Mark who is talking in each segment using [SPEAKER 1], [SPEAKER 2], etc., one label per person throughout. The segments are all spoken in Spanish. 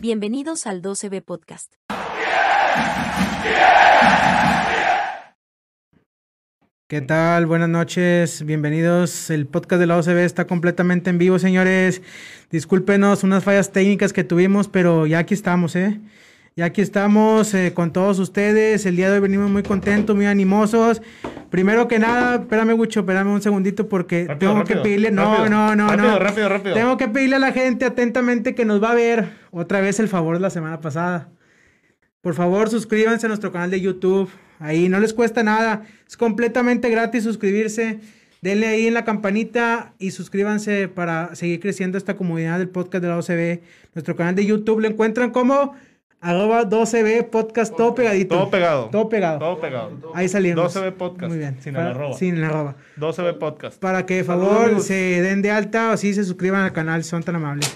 [SPEAKER 1] Bienvenidos al 12B Podcast.
[SPEAKER 2] ¿Qué tal? Buenas noches, bienvenidos. El podcast de la OCB está completamente en vivo, señores. Discúlpenos unas fallas técnicas que tuvimos, pero ya aquí estamos, ¿eh? Ya aquí estamos eh, con todos ustedes. El día de hoy venimos muy contentos, muy animosos. Primero que nada, espérame, Gucho, espérame un segundito porque
[SPEAKER 3] Rápido,
[SPEAKER 2] tengo que
[SPEAKER 3] rápido,
[SPEAKER 2] pedirle. No,
[SPEAKER 3] rápido,
[SPEAKER 2] no, no,
[SPEAKER 3] rápido,
[SPEAKER 2] no.
[SPEAKER 3] rápido, rápido.
[SPEAKER 2] Tengo que pedirle a la gente atentamente que nos va a ver otra vez el favor de la semana pasada. Por favor, suscríbanse a nuestro canal de YouTube. Ahí no les cuesta nada. Es completamente gratis suscribirse. Denle ahí en la campanita y suscríbanse para seguir creciendo esta comunidad del podcast de la OCB. Nuestro canal de YouTube lo encuentran como arroba 12B podcast todo pegadito.
[SPEAKER 3] Todo pegado.
[SPEAKER 2] Todo pegado.
[SPEAKER 3] Todo pegado.
[SPEAKER 2] Ahí salimos.
[SPEAKER 3] 12B podcast,
[SPEAKER 2] Muy bien.
[SPEAKER 3] sin el
[SPEAKER 2] Para-
[SPEAKER 3] arroba.
[SPEAKER 2] Sin el arroba.
[SPEAKER 3] 12B Podcast.
[SPEAKER 2] Para que de favor se den de alta o sí se suscriban al canal, son tan amables.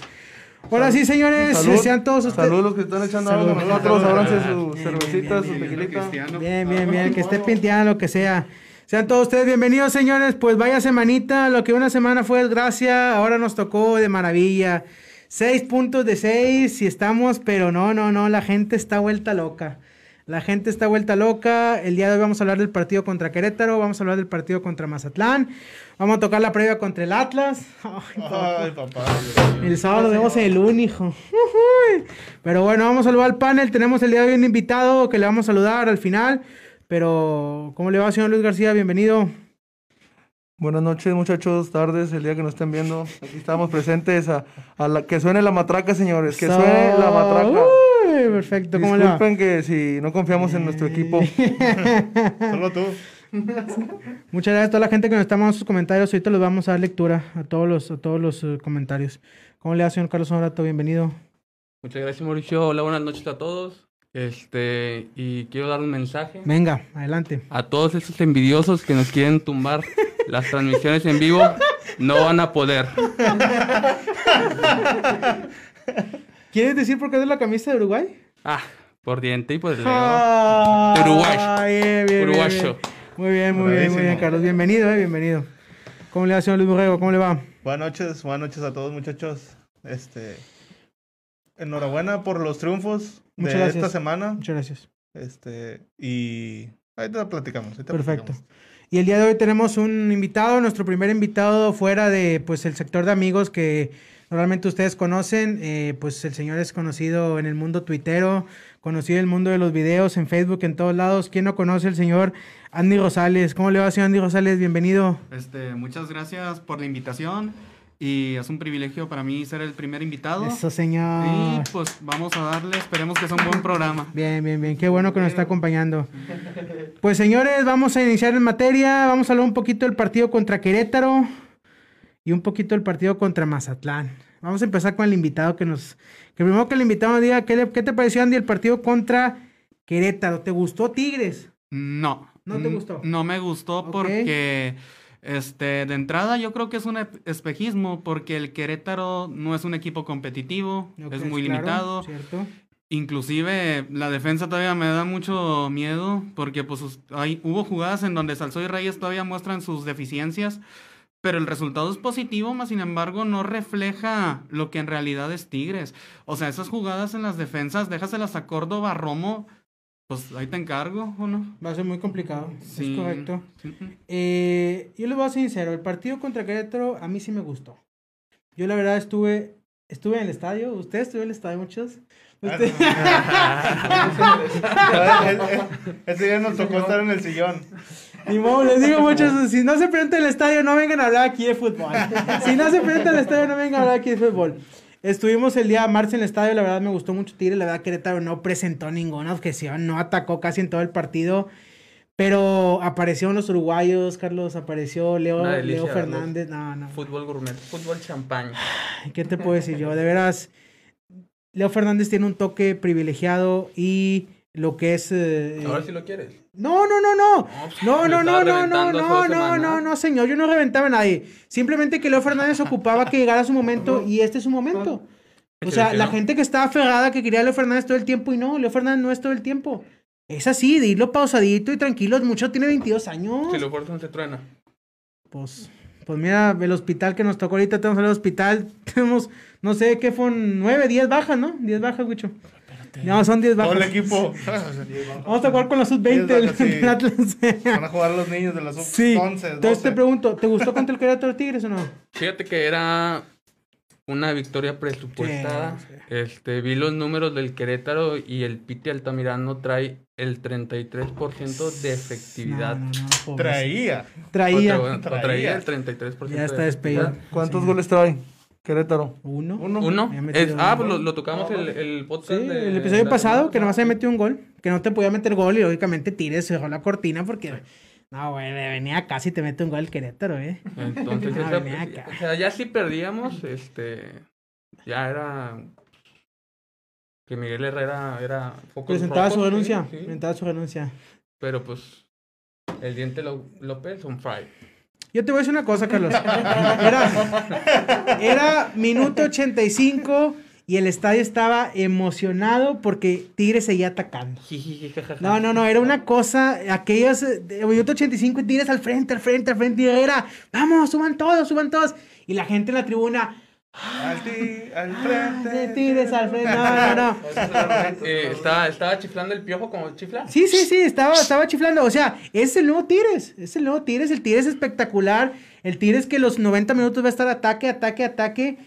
[SPEAKER 2] Ahora sí, señores,
[SPEAKER 4] Salud.
[SPEAKER 2] sean todos ustedes.
[SPEAKER 4] Saludos los que están echando algo
[SPEAKER 2] Salud.
[SPEAKER 4] con nosotros. Abranse
[SPEAKER 3] Bien,
[SPEAKER 4] su cervecita, su tequilita.
[SPEAKER 2] Bien, bien, bien, que esté pinteando lo que sea. Sean todos ustedes bienvenidos, señores. Pues vaya semanita, lo que una semana fue desgracia, ahora nos tocó de maravilla. Seis puntos de seis y estamos, pero no, no, no, la gente está vuelta loca. La gente está vuelta loca. El día de hoy vamos a hablar del partido contra Querétaro, vamos a hablar del partido contra Mazatlán, vamos a tocar la previa contra el Atlas. Ay, papá.
[SPEAKER 3] Ay, papá.
[SPEAKER 2] El sábado vemos el único. Pero bueno, vamos a saludar al panel. Tenemos el día de hoy un invitado que le vamos a saludar al final. Pero, ¿cómo le va, señor Luis García? Bienvenido.
[SPEAKER 4] Buenas noches, muchachos. Tardes, el día que nos estén viendo. Aquí estamos presentes. A, a la, que suene la matraca, señores. Que
[SPEAKER 2] So-
[SPEAKER 4] suene la matraca.
[SPEAKER 2] Uy, perfecto, Uh. ¿cómo le va?
[SPEAKER 4] Disculpen que si no confiamos en nuestro equipo.
[SPEAKER 3] Solo tú.
[SPEAKER 2] Muchas gracias a toda la gente que nos está mandando sus comentarios. Ahorita les vamos a dar lectura a todos los, a todos los eh, comentarios. ¿Cómo le va, señor Carlos Honorato? Bienvenido.
[SPEAKER 5] Muchas gracias, Mauricio. Hola, buenas noches a todos. Este, y quiero dar un mensaje
[SPEAKER 2] Venga, adelante.
[SPEAKER 5] a todos esos envidiosos que nos quieren tumbar las transmisiones en vivo. No van a poder.
[SPEAKER 2] ¿Quieres decir por qué es de la camisa de Uruguay?
[SPEAKER 5] Ah, por diente y por el dedo.
[SPEAKER 2] Ah,
[SPEAKER 5] De Uruguayo.
[SPEAKER 2] bien, bien, bien,
[SPEAKER 5] Uruguayo.
[SPEAKER 2] bien. Muy bien, muy bien, muy bien,
[SPEAKER 3] Bravísimo.
[SPEAKER 2] Carlos. Bienvenido, eh, bienvenido. ¿Cómo le va, señor Luis Borrego? ¿Cómo le va?
[SPEAKER 3] Buenas noches, buenas noches a todos, muchachos. Este. Enhorabuena por los triunfos
[SPEAKER 2] Muchas
[SPEAKER 3] de
[SPEAKER 2] gracias.
[SPEAKER 3] esta semana.
[SPEAKER 2] Muchas gracias.
[SPEAKER 3] Este. Y. Ahí te la platicamos. ahí te la
[SPEAKER 2] Perfecto.
[SPEAKER 3] platicamos.
[SPEAKER 2] Y el día de hoy tenemos un invitado, nuestro primer invitado fuera de pues el sector de amigos que normalmente ustedes conocen. Eh, pues el señor es conocido en el mundo tuitero, conocido en el mundo de los videos, en Facebook, en todos lados. ¿Quién no conoce el señor Andy Rosales? ¿Cómo le va, señor Andy Rosales? Bienvenido.
[SPEAKER 6] Este, muchas gracias por la invitación y es un privilegio para mí ser el primer invitado.
[SPEAKER 2] Eso, señor.
[SPEAKER 6] Y pues vamos a darle, esperemos que sea un buen programa.
[SPEAKER 2] Bien, bien, bien. Qué bueno que nos está acompañando. Pues señores, vamos a iniciar en materia. Vamos a hablar un poquito del partido contra Querétaro y un poquito del partido contra Mazatlán. Vamos a empezar con el invitado que nos... Que primero que el invitado nos diga, ¿qué, le- qué te pareció, Andy, el partido contra Querétaro? ¿Te gustó Tigres?
[SPEAKER 6] No.
[SPEAKER 2] ¿No te
[SPEAKER 6] N-
[SPEAKER 2] gustó?
[SPEAKER 6] No me gustó
[SPEAKER 2] Ok.
[SPEAKER 6] porque este, de entrada yo creo que es un e- espejismo porque el Querétaro no es un equipo competitivo, es muy
[SPEAKER 2] Claro,
[SPEAKER 6] limitado.
[SPEAKER 2] ¿Cierto?
[SPEAKER 6] Inclusive la defensa todavía me da mucho miedo porque pues sus- hay, hubo jugadas en donde Salzó y Reyes todavía muestran sus deficiencias, pero el resultado es positivo, mas sin embargo no refleja lo que en realidad es Tigres. O sea, esas jugadas en las defensas, déjaselas a Córdoba, Romo, pues ahí te encargo, ¿o no?
[SPEAKER 2] Va a ser muy complicado.
[SPEAKER 6] Sí.
[SPEAKER 2] Es correcto.
[SPEAKER 6] Ujú.
[SPEAKER 2] Eh, yo les voy a ser sincero, el partido contra Querétaro a mí sí me gustó. Yo la verdad estuve, estuve en el estadio, ustedes estuvieron en el estadio muchos. Usted-
[SPEAKER 3] Eh, eh, Ese día nos tocó estar en el sillón.
[SPEAKER 2] Ni modo, les digo muchos, si no se presentan al estadio, no vengan a hablar aquí de fútbol. Si no se presentan al estadio, no vengan a hablar aquí de fútbol. Estuvimos el día de marzo en el estadio, la verdad me gustó mucho Tigre, la verdad Querétaro no presentó ninguna objeción, no atacó casi en todo el partido, pero aparecieron los uruguayos, Carlos, apareció Leo,
[SPEAKER 5] Una delicia
[SPEAKER 2] Leo
[SPEAKER 5] verlos.
[SPEAKER 2] Fernández, no, no.
[SPEAKER 5] Fútbol gourmet, fútbol champán.
[SPEAKER 2] Ay, ¿Qué te puedo decir yo? De veras, Leo Fernández tiene un toque privilegiado y lo que es... eh,
[SPEAKER 5] Ahora sí lo quieres.
[SPEAKER 2] No, no, no, no. No,
[SPEAKER 5] le
[SPEAKER 2] no, no, no, no,
[SPEAKER 5] estaba reventando
[SPEAKER 2] no,
[SPEAKER 5] toda
[SPEAKER 2] no,
[SPEAKER 5] semana.
[SPEAKER 2] no, no, señor. Yo no reventaba a nadie. Simplemente que Leo Fernández ocupaba que llegara su momento y este es su momento. O sea, la gente que estaba aferrada que quería a Leo Fernández todo el tiempo y no, Leo Fernández no es todo el tiempo. Es así, de irlo pausadito y tranquilo. El muchacho tiene 22 años.
[SPEAKER 5] Si lo fuerzas, se truena.
[SPEAKER 2] Pues, Pues mira, el hospital que nos tocó ahorita, tenemos el hospital, tenemos, no sé, ¿qué fueron? 9, 10 bajas, ¿no? 10 bajas, Wicho. No, son 10
[SPEAKER 3] Todo
[SPEAKER 2] bajas.
[SPEAKER 3] el equipo.
[SPEAKER 2] Vamos a jugar con la sub-20 del,
[SPEAKER 3] 10 bajas, sí.
[SPEAKER 2] del Atlas.
[SPEAKER 3] Van a jugar los niños de las
[SPEAKER 2] sí.
[SPEAKER 3] sub-11.
[SPEAKER 2] Entonces te pregunto, ¿te gustó contra el Querétaro Tigres o no?
[SPEAKER 5] Fíjate que era una victoria presupuestada.
[SPEAKER 2] Sí,
[SPEAKER 5] Este, vi los números del Querétaro y el Piti Altamirano trae el 33% de efectividad.
[SPEAKER 2] No, no, no, pobre.
[SPEAKER 3] Traía.
[SPEAKER 2] Traía.
[SPEAKER 5] Otra, bueno,
[SPEAKER 3] Traía.
[SPEAKER 5] traía el 33%.
[SPEAKER 2] Ya está
[SPEAKER 5] de
[SPEAKER 2] despedido.
[SPEAKER 5] efectividad.
[SPEAKER 4] ¿Cuántos
[SPEAKER 2] Sí.
[SPEAKER 4] goles trae Querétaro?
[SPEAKER 2] Uno.
[SPEAKER 3] Uno.
[SPEAKER 5] Uno.
[SPEAKER 2] Ya metido
[SPEAKER 5] Es- ah,
[SPEAKER 2] uno.
[SPEAKER 5] pues lo, lo tocamos el, el podcast.
[SPEAKER 2] Sí,
[SPEAKER 5] de-
[SPEAKER 2] el episodio
[SPEAKER 5] la
[SPEAKER 2] pasado,
[SPEAKER 5] semana
[SPEAKER 2] que nomás se
[SPEAKER 5] pasada.
[SPEAKER 2] metió un gol, que no te podía meter gol y lógicamente Tigres se dejó la cortina porque, no, güey, venía casi te mete un gol el Querétaro, ¿eh?
[SPEAKER 5] Entonces,
[SPEAKER 2] Ah,
[SPEAKER 5] esa-
[SPEAKER 2] venía acá.
[SPEAKER 5] o sea, ya si perdíamos, este, ya era que Miguel Herrera era foco
[SPEAKER 2] Presentaba su
[SPEAKER 5] rojo, sí,
[SPEAKER 2] renuncia,
[SPEAKER 5] sí.
[SPEAKER 2] presentaba su renuncia.
[SPEAKER 5] pero pues el diente Lo- López on fire.
[SPEAKER 2] Yo te voy a decir una cosa, Carlos. Era, era minuto 85 y el estadio estaba emocionado porque Tigres seguía atacando.
[SPEAKER 5] Jijiji, jajaja.
[SPEAKER 2] No, no, no, era una cosa, aquellos, eh, de minuto 85 y tiras al frente, al frente, al frente, y era, vamos, suban todos, suban todos. Y la gente en la tribuna,
[SPEAKER 3] Al, ti- al
[SPEAKER 2] "Ah,
[SPEAKER 3] frente.
[SPEAKER 2] Tigres al frente, no, no, no.
[SPEAKER 5] Eh, estaba, estaba chiflando el piojo como chifla.
[SPEAKER 2] Sí, sí, sí, estaba, estaba chiflando. O sea, es el nuevo Tigres. Es el nuevo Tigres. El Tigres espectacular. El Tigres que los 90 minutos va a estar ataque, ataque, ataque.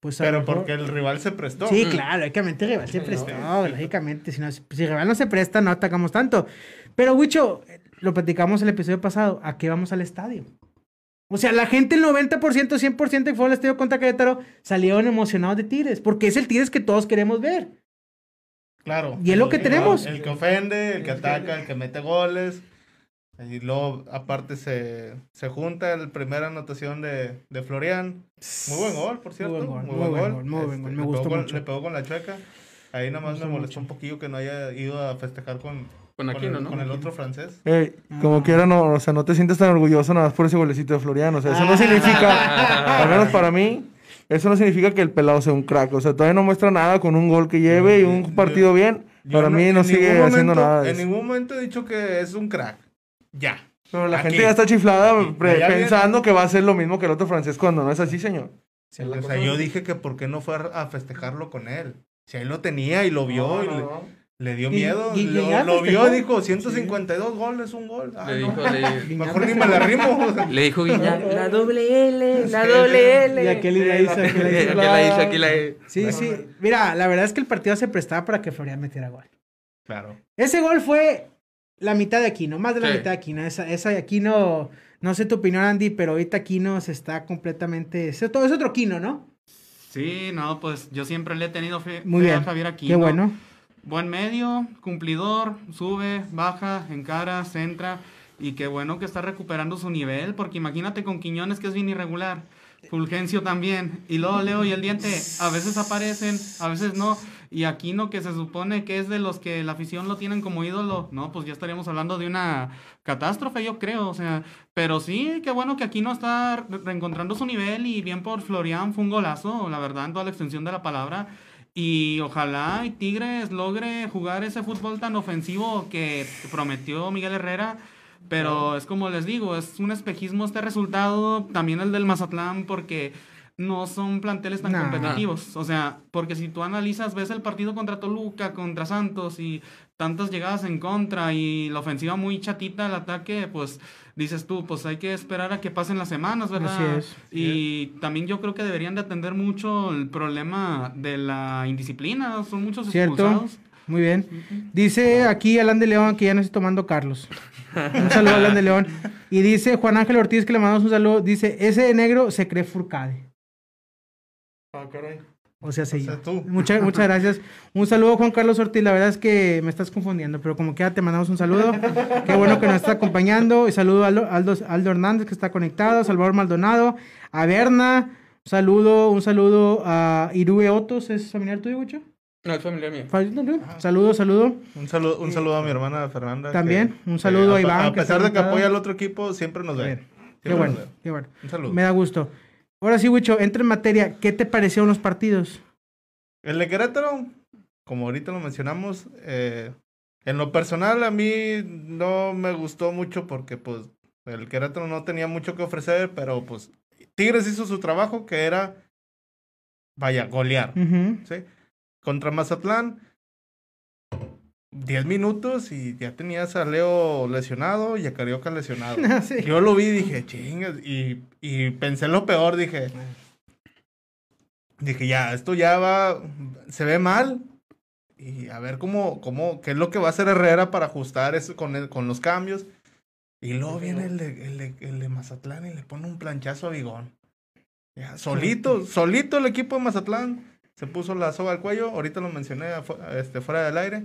[SPEAKER 2] Pues a lo
[SPEAKER 3] Pero
[SPEAKER 2] mejor-
[SPEAKER 3] porque el rival se prestó.
[SPEAKER 2] Sí, claro, lógicamente el rival se prestó. Lógicamente, si, no, si el rival no se presta, no atacamos tanto. Pero, Wicho, lo platicamos el episodio pasado. ¿A qué vamos al estadio? O sea, la gente, el 90%, 100% que fue al estadio contra Querétaro, salieron emocionados de Tigres. Porque es el Tigres que todos queremos ver.
[SPEAKER 3] Claro.
[SPEAKER 2] Y es lo que
[SPEAKER 3] El-
[SPEAKER 2] tenemos.
[SPEAKER 3] El que ofende, el que ataca, el que mete goles. Y luego, aparte, se, se junta la primera anotación de, de Florian. Muy buen gol, por cierto. Muy
[SPEAKER 2] muy buen
[SPEAKER 3] buen gol. Este,
[SPEAKER 2] gol, muy buen gol. Me
[SPEAKER 3] le
[SPEAKER 2] gustó
[SPEAKER 3] pegó con-
[SPEAKER 2] mucho.
[SPEAKER 3] Le pegó con la chueca. Ahí nada más
[SPEAKER 2] gustó
[SPEAKER 3] me
[SPEAKER 2] mucho.
[SPEAKER 3] molestó un poquillo que no haya ido a festejar con,
[SPEAKER 5] Con
[SPEAKER 3] con
[SPEAKER 5] Aquino,
[SPEAKER 3] el,
[SPEAKER 5] ¿no?
[SPEAKER 3] con el otro francés.
[SPEAKER 4] Ey,
[SPEAKER 3] Mm.
[SPEAKER 4] como quiera, no, o sea, no te sientes tan orgulloso nada más por ese golecito de Floriano. O sea, eso no significa, al menos para mí, eso no significa que el pelado sea un crack. O sea, todavía no muestra nada con un gol que lleve y un partido bien.
[SPEAKER 3] Yo
[SPEAKER 4] Para mí
[SPEAKER 3] en
[SPEAKER 4] no
[SPEAKER 3] ningún
[SPEAKER 4] sigue
[SPEAKER 3] momento-
[SPEAKER 4] haciendo nada. de
[SPEAKER 3] En
[SPEAKER 4] eso.
[SPEAKER 3] ningún momento he dicho que es un crack. Ya.
[SPEAKER 4] Pero la
[SPEAKER 3] Aquí.
[SPEAKER 4] gente ya está chiflada pre-
[SPEAKER 3] Ya viene.
[SPEAKER 4] pensando que va a ser lo mismo que el otro francés cuando no es así, señor.
[SPEAKER 3] o sea, yo dije que por qué no fue a a festejarlo con él. Si ahí lo tenía y lo vio y le, le dio
[SPEAKER 2] Y-
[SPEAKER 3] miedo.
[SPEAKER 2] y- y
[SPEAKER 3] lo
[SPEAKER 2] ya
[SPEAKER 3] lo
[SPEAKER 2] festejó.
[SPEAKER 3] vio, dijo, 152 goles, un gol. Ah,
[SPEAKER 5] Le
[SPEAKER 3] no.
[SPEAKER 5] dijo, le,
[SPEAKER 3] Mejor ni me la rimo.
[SPEAKER 5] le dijo Guiñac, la doble L, la
[SPEAKER 3] Sí,
[SPEAKER 5] doble
[SPEAKER 3] sí.
[SPEAKER 5] L.
[SPEAKER 2] Y aquel y la hizo, aquel y la hizo.
[SPEAKER 5] Aquí la hizo, aquí la
[SPEAKER 2] Sí, sí. Mira, la verdad es que el partido se prestaba para que Florian metiera gol.
[SPEAKER 3] claro.
[SPEAKER 2] Ese gol fue la mitad de Aquino, más de la
[SPEAKER 5] Sí.
[SPEAKER 2] mitad de Aquino. Esa, esa de Aquino, no sé tu opinión, Andy, pero ahorita Aquino se está completamente. Es otro, es otro Aquino, ¿no?
[SPEAKER 6] Sí, no, pues yo siempre le he tenido fe,
[SPEAKER 2] Muy
[SPEAKER 6] fe a
[SPEAKER 2] bien.
[SPEAKER 6] Javier aquí.
[SPEAKER 2] Qué bueno.
[SPEAKER 6] Buen medio, cumplidor, sube, baja, encara, centra. Y qué bueno que está recuperando su nivel, porque imagínate con Quiñones que es bien irregular. Fulgencio también. Y luego Leo y el Diente a veces aparecen, a veces no. Y Aquino, que se supone que es de los que la afición lo tienen como ídolo. No, pues ya estaríamos hablando de una catástrofe, yo creo. O sea, pero sí, qué bueno que Aquino está re- reencontrando su nivel. Y bien por Florian, fue un golazo, la verdad, en toda la extensión de la palabra. Y ojalá y Tigres logre jugar ese fútbol tan ofensivo que prometió Miguel Herrera. Pero es como les digo, es un espejismo este resultado, también el del Mazatlán, porque no son planteles tan
[SPEAKER 2] Nah.
[SPEAKER 6] competitivos. O sea, porque si tú analizas, ves el partido contra Toluca, contra Santos y tantas llegadas en contra y la ofensiva muy chatita, el ataque, pues dices tú, pues hay que esperar a que pasen las semanas, ¿verdad?
[SPEAKER 2] Así es.
[SPEAKER 6] Y también yo creo que deberían de atender mucho el problema de la indisciplina, son muchos
[SPEAKER 2] ¿Cierto?
[SPEAKER 6] expulsados.
[SPEAKER 2] Muy bien. Dice aquí Alan de León que ya no estoy tomando Carlos. Un saludo a Alan de León. Y dice Juan Ángel Ortiz que le mandamos un saludo. Dice: Ese de negro se cree Furcade. Ah, O sea, sí.
[SPEAKER 3] sea, tú.
[SPEAKER 2] Muchas, muchas gracias. Un saludo, Juan Carlos Ortiz. La verdad es que me estás confundiendo, pero como quiera te mandamos un saludo. Qué bueno que nos está acompañando. Y saludo a Aldo, Aldo, Aldo Hernández, que está conectado, a Salvador Maldonado, a Berna. Un saludo, un saludo a Irue Otos. ¿Es familiar tuyo, Gucho?
[SPEAKER 5] No, es familia mía.
[SPEAKER 2] Fa- Saludo, saludo.
[SPEAKER 3] Un saludo, un saludo a mi hermana Fernanda.
[SPEAKER 2] También, un saludo a
[SPEAKER 3] pe-
[SPEAKER 2] Iván,
[SPEAKER 3] A
[SPEAKER 2] que está
[SPEAKER 3] pesar de que
[SPEAKER 2] conectado.
[SPEAKER 3] apoya al otro equipo, siempre nos ve.
[SPEAKER 2] Bien.
[SPEAKER 3] Siempre
[SPEAKER 2] Qué bueno,
[SPEAKER 3] nos ve.
[SPEAKER 2] qué bueno.
[SPEAKER 3] Un saludo.
[SPEAKER 2] Me da gusto. Ahora sí, Gucho, entra en materia. ¿Qué te parecieron los partidos?
[SPEAKER 3] El de Querétaro, como ahorita lo mencionamos, eh, en lo personal a mí no me gustó mucho porque pues el Querétaro no tenía mucho que ofrecer, pero pues Tigres hizo su trabajo, que era, vaya, golear.
[SPEAKER 2] Ujú.
[SPEAKER 3] ¿sí? Contra Mazatlán, 10 minutos y ya tenías a Leo lesionado y a Carioca lesionado.
[SPEAKER 2] Sí.
[SPEAKER 3] Yo lo vi y dije, chingas, y, y pensé lo peor, dije. Dije, ya, esto ya va, se ve mal. Y a ver cómo, cómo, qué es lo que va a hacer Herrera para ajustar eso con, el- con los cambios. Y luego viene el de, el de- el de Mazatlán y le pone un planchazo a Bigón. Ya, solito, solito el equipo de Mazatlán se puso la soga al cuello. Ahorita lo mencioné afu- este, fuera del aire.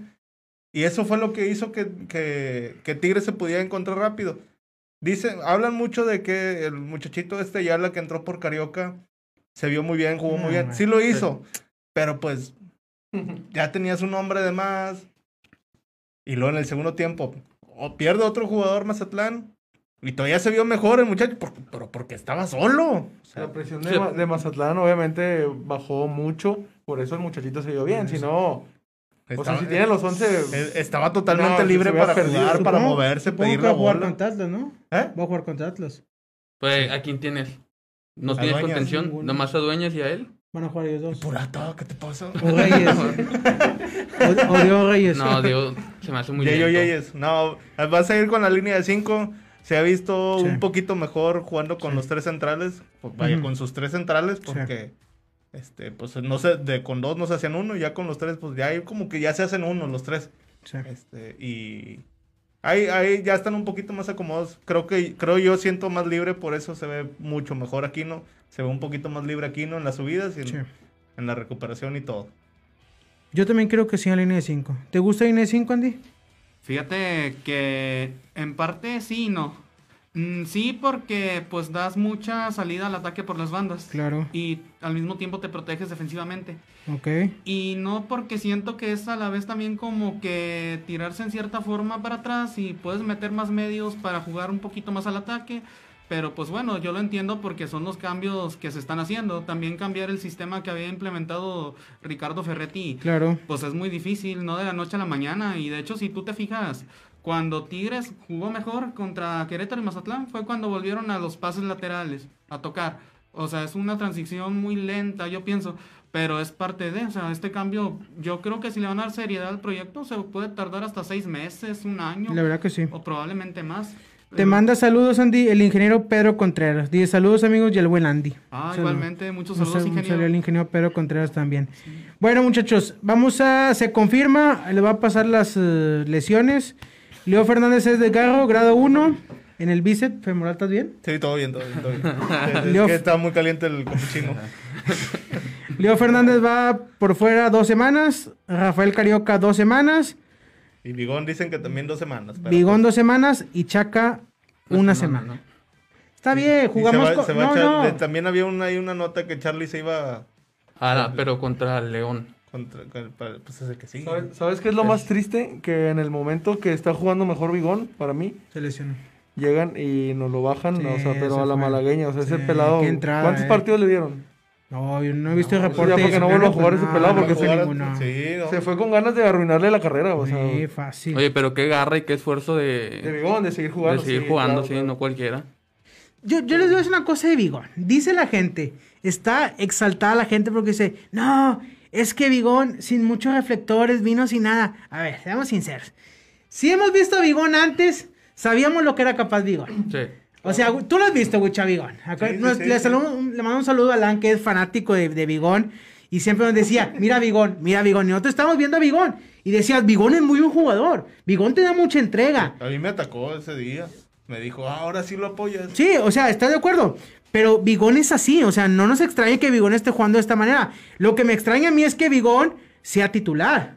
[SPEAKER 3] Y eso fue lo que hizo que, que, que Tigres se pudiera encontrar rápido. Dicen, hablan mucho de que el muchachito este Yala que entró por Carioca se vio muy bien, jugó
[SPEAKER 2] No,
[SPEAKER 3] muy bien.
[SPEAKER 2] man.
[SPEAKER 3] Sí lo hizo, pero pues ya tenías un hombre de más. Y luego en el segundo tiempo, o pierde otro jugador Mazatlán. Y todavía se vio mejor el muchacho, por- pero porque estaba solo. O sea,
[SPEAKER 4] La presión de, Ma- de Mazatlán obviamente bajó mucho, por eso el muchachito se vio bien, si no, o sea,
[SPEAKER 3] estaba-
[SPEAKER 4] pues, si tiene los 11...
[SPEAKER 3] eh, Estaba totalmente
[SPEAKER 4] No,
[SPEAKER 3] libre
[SPEAKER 4] se hubiera
[SPEAKER 3] para
[SPEAKER 4] perdido.
[SPEAKER 3] jugar, para
[SPEAKER 2] Supongo-
[SPEAKER 3] moverse,
[SPEAKER 2] supongo
[SPEAKER 3] pedir
[SPEAKER 2] que va
[SPEAKER 3] la
[SPEAKER 2] a jugar
[SPEAKER 3] bola.
[SPEAKER 2] contra Atlas, ¿no?
[SPEAKER 3] ¿Eh?
[SPEAKER 2] Va a jugar contra Atlas.
[SPEAKER 5] Pues, ¿a quién tienes? ¿No
[SPEAKER 3] A
[SPEAKER 4] Pues,
[SPEAKER 5] tienes
[SPEAKER 3] Dueñas.
[SPEAKER 5] contención?
[SPEAKER 2] Ninguno.
[SPEAKER 5] ¿Nada más a Dueñas y a él?
[SPEAKER 2] Van a jugar ellos dos.
[SPEAKER 3] Purata, ¿qué te pasa?
[SPEAKER 2] O Reyes. O- o Diego Reyes.
[SPEAKER 5] No, Dios, se me hace muy
[SPEAKER 3] Yeyo
[SPEAKER 5] lento.
[SPEAKER 3] Yeyes. No, vas a ir con la línea de 5. Se ha visto
[SPEAKER 2] Sí.
[SPEAKER 3] un poquito mejor jugando con los tres centrales. Pues vaya,
[SPEAKER 2] Ujú.
[SPEAKER 3] con sus tres centrales,
[SPEAKER 2] Sí.
[SPEAKER 3] porque este, pues no sé, de con dos no se hacían uno, y ya con los tres, pues ya hay como que ya se hacen uno los tres.
[SPEAKER 2] Sí.
[SPEAKER 3] Este, y ahí, ahí ya están un poquito más acomodados. Creo que, creo yo siento más libre, por eso se ve mucho mejor Aquino. Se ve un poquito más libre Aquino en las subidas y en,
[SPEAKER 2] Sí.
[SPEAKER 3] en la recuperación y todo.
[SPEAKER 2] Yo también creo que sí a la línea de 5. ¿Te gusta la línea de 5, Andy?
[SPEAKER 6] Fíjate que en parte sí y no. Mm, sí, porque pues das mucha salida al ataque por las bandas.
[SPEAKER 2] Claro.
[SPEAKER 6] Y al mismo tiempo te proteges defensivamente.
[SPEAKER 2] Ok.
[SPEAKER 6] Y no porque siento que es a la vez también como que tirarse en cierta forma para atrás y puedes meter más medios para jugar un poquito más al ataque. Pero pues bueno, yo lo entiendo porque son los cambios que se están haciendo. También cambiar el sistema que había implementado Ricardo Ferretti
[SPEAKER 2] Claro.
[SPEAKER 6] pues es muy difícil, no de la noche a la mañana. Y de hecho, si tú te fijas, cuando Tigres jugó mejor contra Querétaro y Mazatlán, fue cuando volvieron a los pases laterales a tocar. O sea, es una transición muy lenta, yo pienso, pero es parte de, o sea, este cambio, yo creo que si le van a dar seriedad al proyecto, se puede tardar hasta seis meses, un año,
[SPEAKER 2] La verdad que sí.
[SPEAKER 6] o probablemente más.
[SPEAKER 2] Te
[SPEAKER 6] Eh,
[SPEAKER 2] manda saludos, Andy, el ingeniero Pedro Contreras. Dice saludos, amigos, y el buen Andy.
[SPEAKER 6] Ah,
[SPEAKER 2] Saludos.
[SPEAKER 6] igualmente, muchos
[SPEAKER 2] Un
[SPEAKER 6] saludos,
[SPEAKER 2] sal- un
[SPEAKER 6] ingeniero.
[SPEAKER 2] saludo al ingeniero Pedro Contreras también. Bueno, muchachos, vamos a. Se confirma, le va a pasar las eh, lesiones. Leo Fernández es de Garro, grado 1, en el bíceps femoral, ¿estás bien?
[SPEAKER 3] Sí, todo bien, todo bien, todo bien. Es- es
[SPEAKER 2] Leo-
[SPEAKER 3] que está muy caliente el capuchino.
[SPEAKER 2] Leo Fernández va por fuera dos semanas. Rafael Carioca dos semanas.
[SPEAKER 3] Y Bigón dicen que también dos semanas. pero pues,
[SPEAKER 2] Bigón dos semanas. Y Chaca
[SPEAKER 5] Pues
[SPEAKER 2] una, semana. Está bien,
[SPEAKER 3] pues, y se
[SPEAKER 2] jugamos
[SPEAKER 3] va-
[SPEAKER 2] con.
[SPEAKER 3] se va
[SPEAKER 2] no,
[SPEAKER 3] a echar-
[SPEAKER 2] no.
[SPEAKER 3] de- también había una, hay una nota que Charlie se iba
[SPEAKER 5] Ah, pero contra León.
[SPEAKER 3] contra. con- para- Pues es el que sigue.
[SPEAKER 4] ¿Sabes, sabes qué es lo más triste? Que en el momento que está jugando mejor Bigón, para mí,
[SPEAKER 2] Se lesionó.
[SPEAKER 4] llegan y nos lo bajan,
[SPEAKER 2] Sí,
[SPEAKER 4] o sea,
[SPEAKER 2] se
[SPEAKER 4] pero a la
[SPEAKER 2] fue.
[SPEAKER 4] malagueña, o sea, ese
[SPEAKER 2] Sí,
[SPEAKER 4] pelado.
[SPEAKER 2] qué entrada,
[SPEAKER 4] ¿Cuántos
[SPEAKER 2] eh.
[SPEAKER 4] partidos le dieron?
[SPEAKER 2] No, yo no he visto el
[SPEAKER 4] eso ya
[SPEAKER 2] reporte.
[SPEAKER 4] porque no
[SPEAKER 2] vuelvo
[SPEAKER 4] vuelvo a jugar ese pelado,
[SPEAKER 3] Para
[SPEAKER 4] porque
[SPEAKER 3] jugar
[SPEAKER 4] se-
[SPEAKER 3] a-
[SPEAKER 2] ninguna. Sí,
[SPEAKER 3] Sí, no.
[SPEAKER 4] Se fue con ganas de arruinarle la carrera, o sea,
[SPEAKER 2] fácil.
[SPEAKER 5] Oye, pero qué garra y qué esfuerzo
[SPEAKER 4] de
[SPEAKER 5] de,
[SPEAKER 4] Bigón, de seguir
[SPEAKER 5] de
[SPEAKER 4] jugando.
[SPEAKER 5] seguir jugando,
[SPEAKER 4] claro,
[SPEAKER 5] sí,
[SPEAKER 4] claro.
[SPEAKER 5] no cualquiera.
[SPEAKER 2] Yo, yo les voy a decir una cosa de Bigón. Dice la gente, está exaltada la gente porque dice, no, es que Bigón sin muchos reflectores, vino sin nada. A ver, seamos sinceros. Si hemos visto a Bigón antes, sabíamos lo que era capaz Bigón.
[SPEAKER 5] Sí.
[SPEAKER 2] O sea, tú lo has visto, Wicha Bigón. Acá
[SPEAKER 3] Sí, sí,
[SPEAKER 2] nos-
[SPEAKER 3] sí,
[SPEAKER 2] le,
[SPEAKER 3] sí.
[SPEAKER 2] saludo- un- le mando un saludo a Alan, que es fanático de, de Bigón. Y siempre nos decía, mira Bigón, mira Bigón. Y nosotros estábamos viendo a Bigón. Y decías, Bigón es muy buen jugador. Bigón te da mucha entrega.
[SPEAKER 3] A mí me atacó ese día. Me dijo, "Ah, ahora sí lo apoyas.
[SPEAKER 2] Sí, o sea, ¿estás de acuerdo? Pero Bigón es así, o sea, no nos extraña que Bigón esté jugando de esta manera. Lo que me extraña a mí es que Bigón sea titular.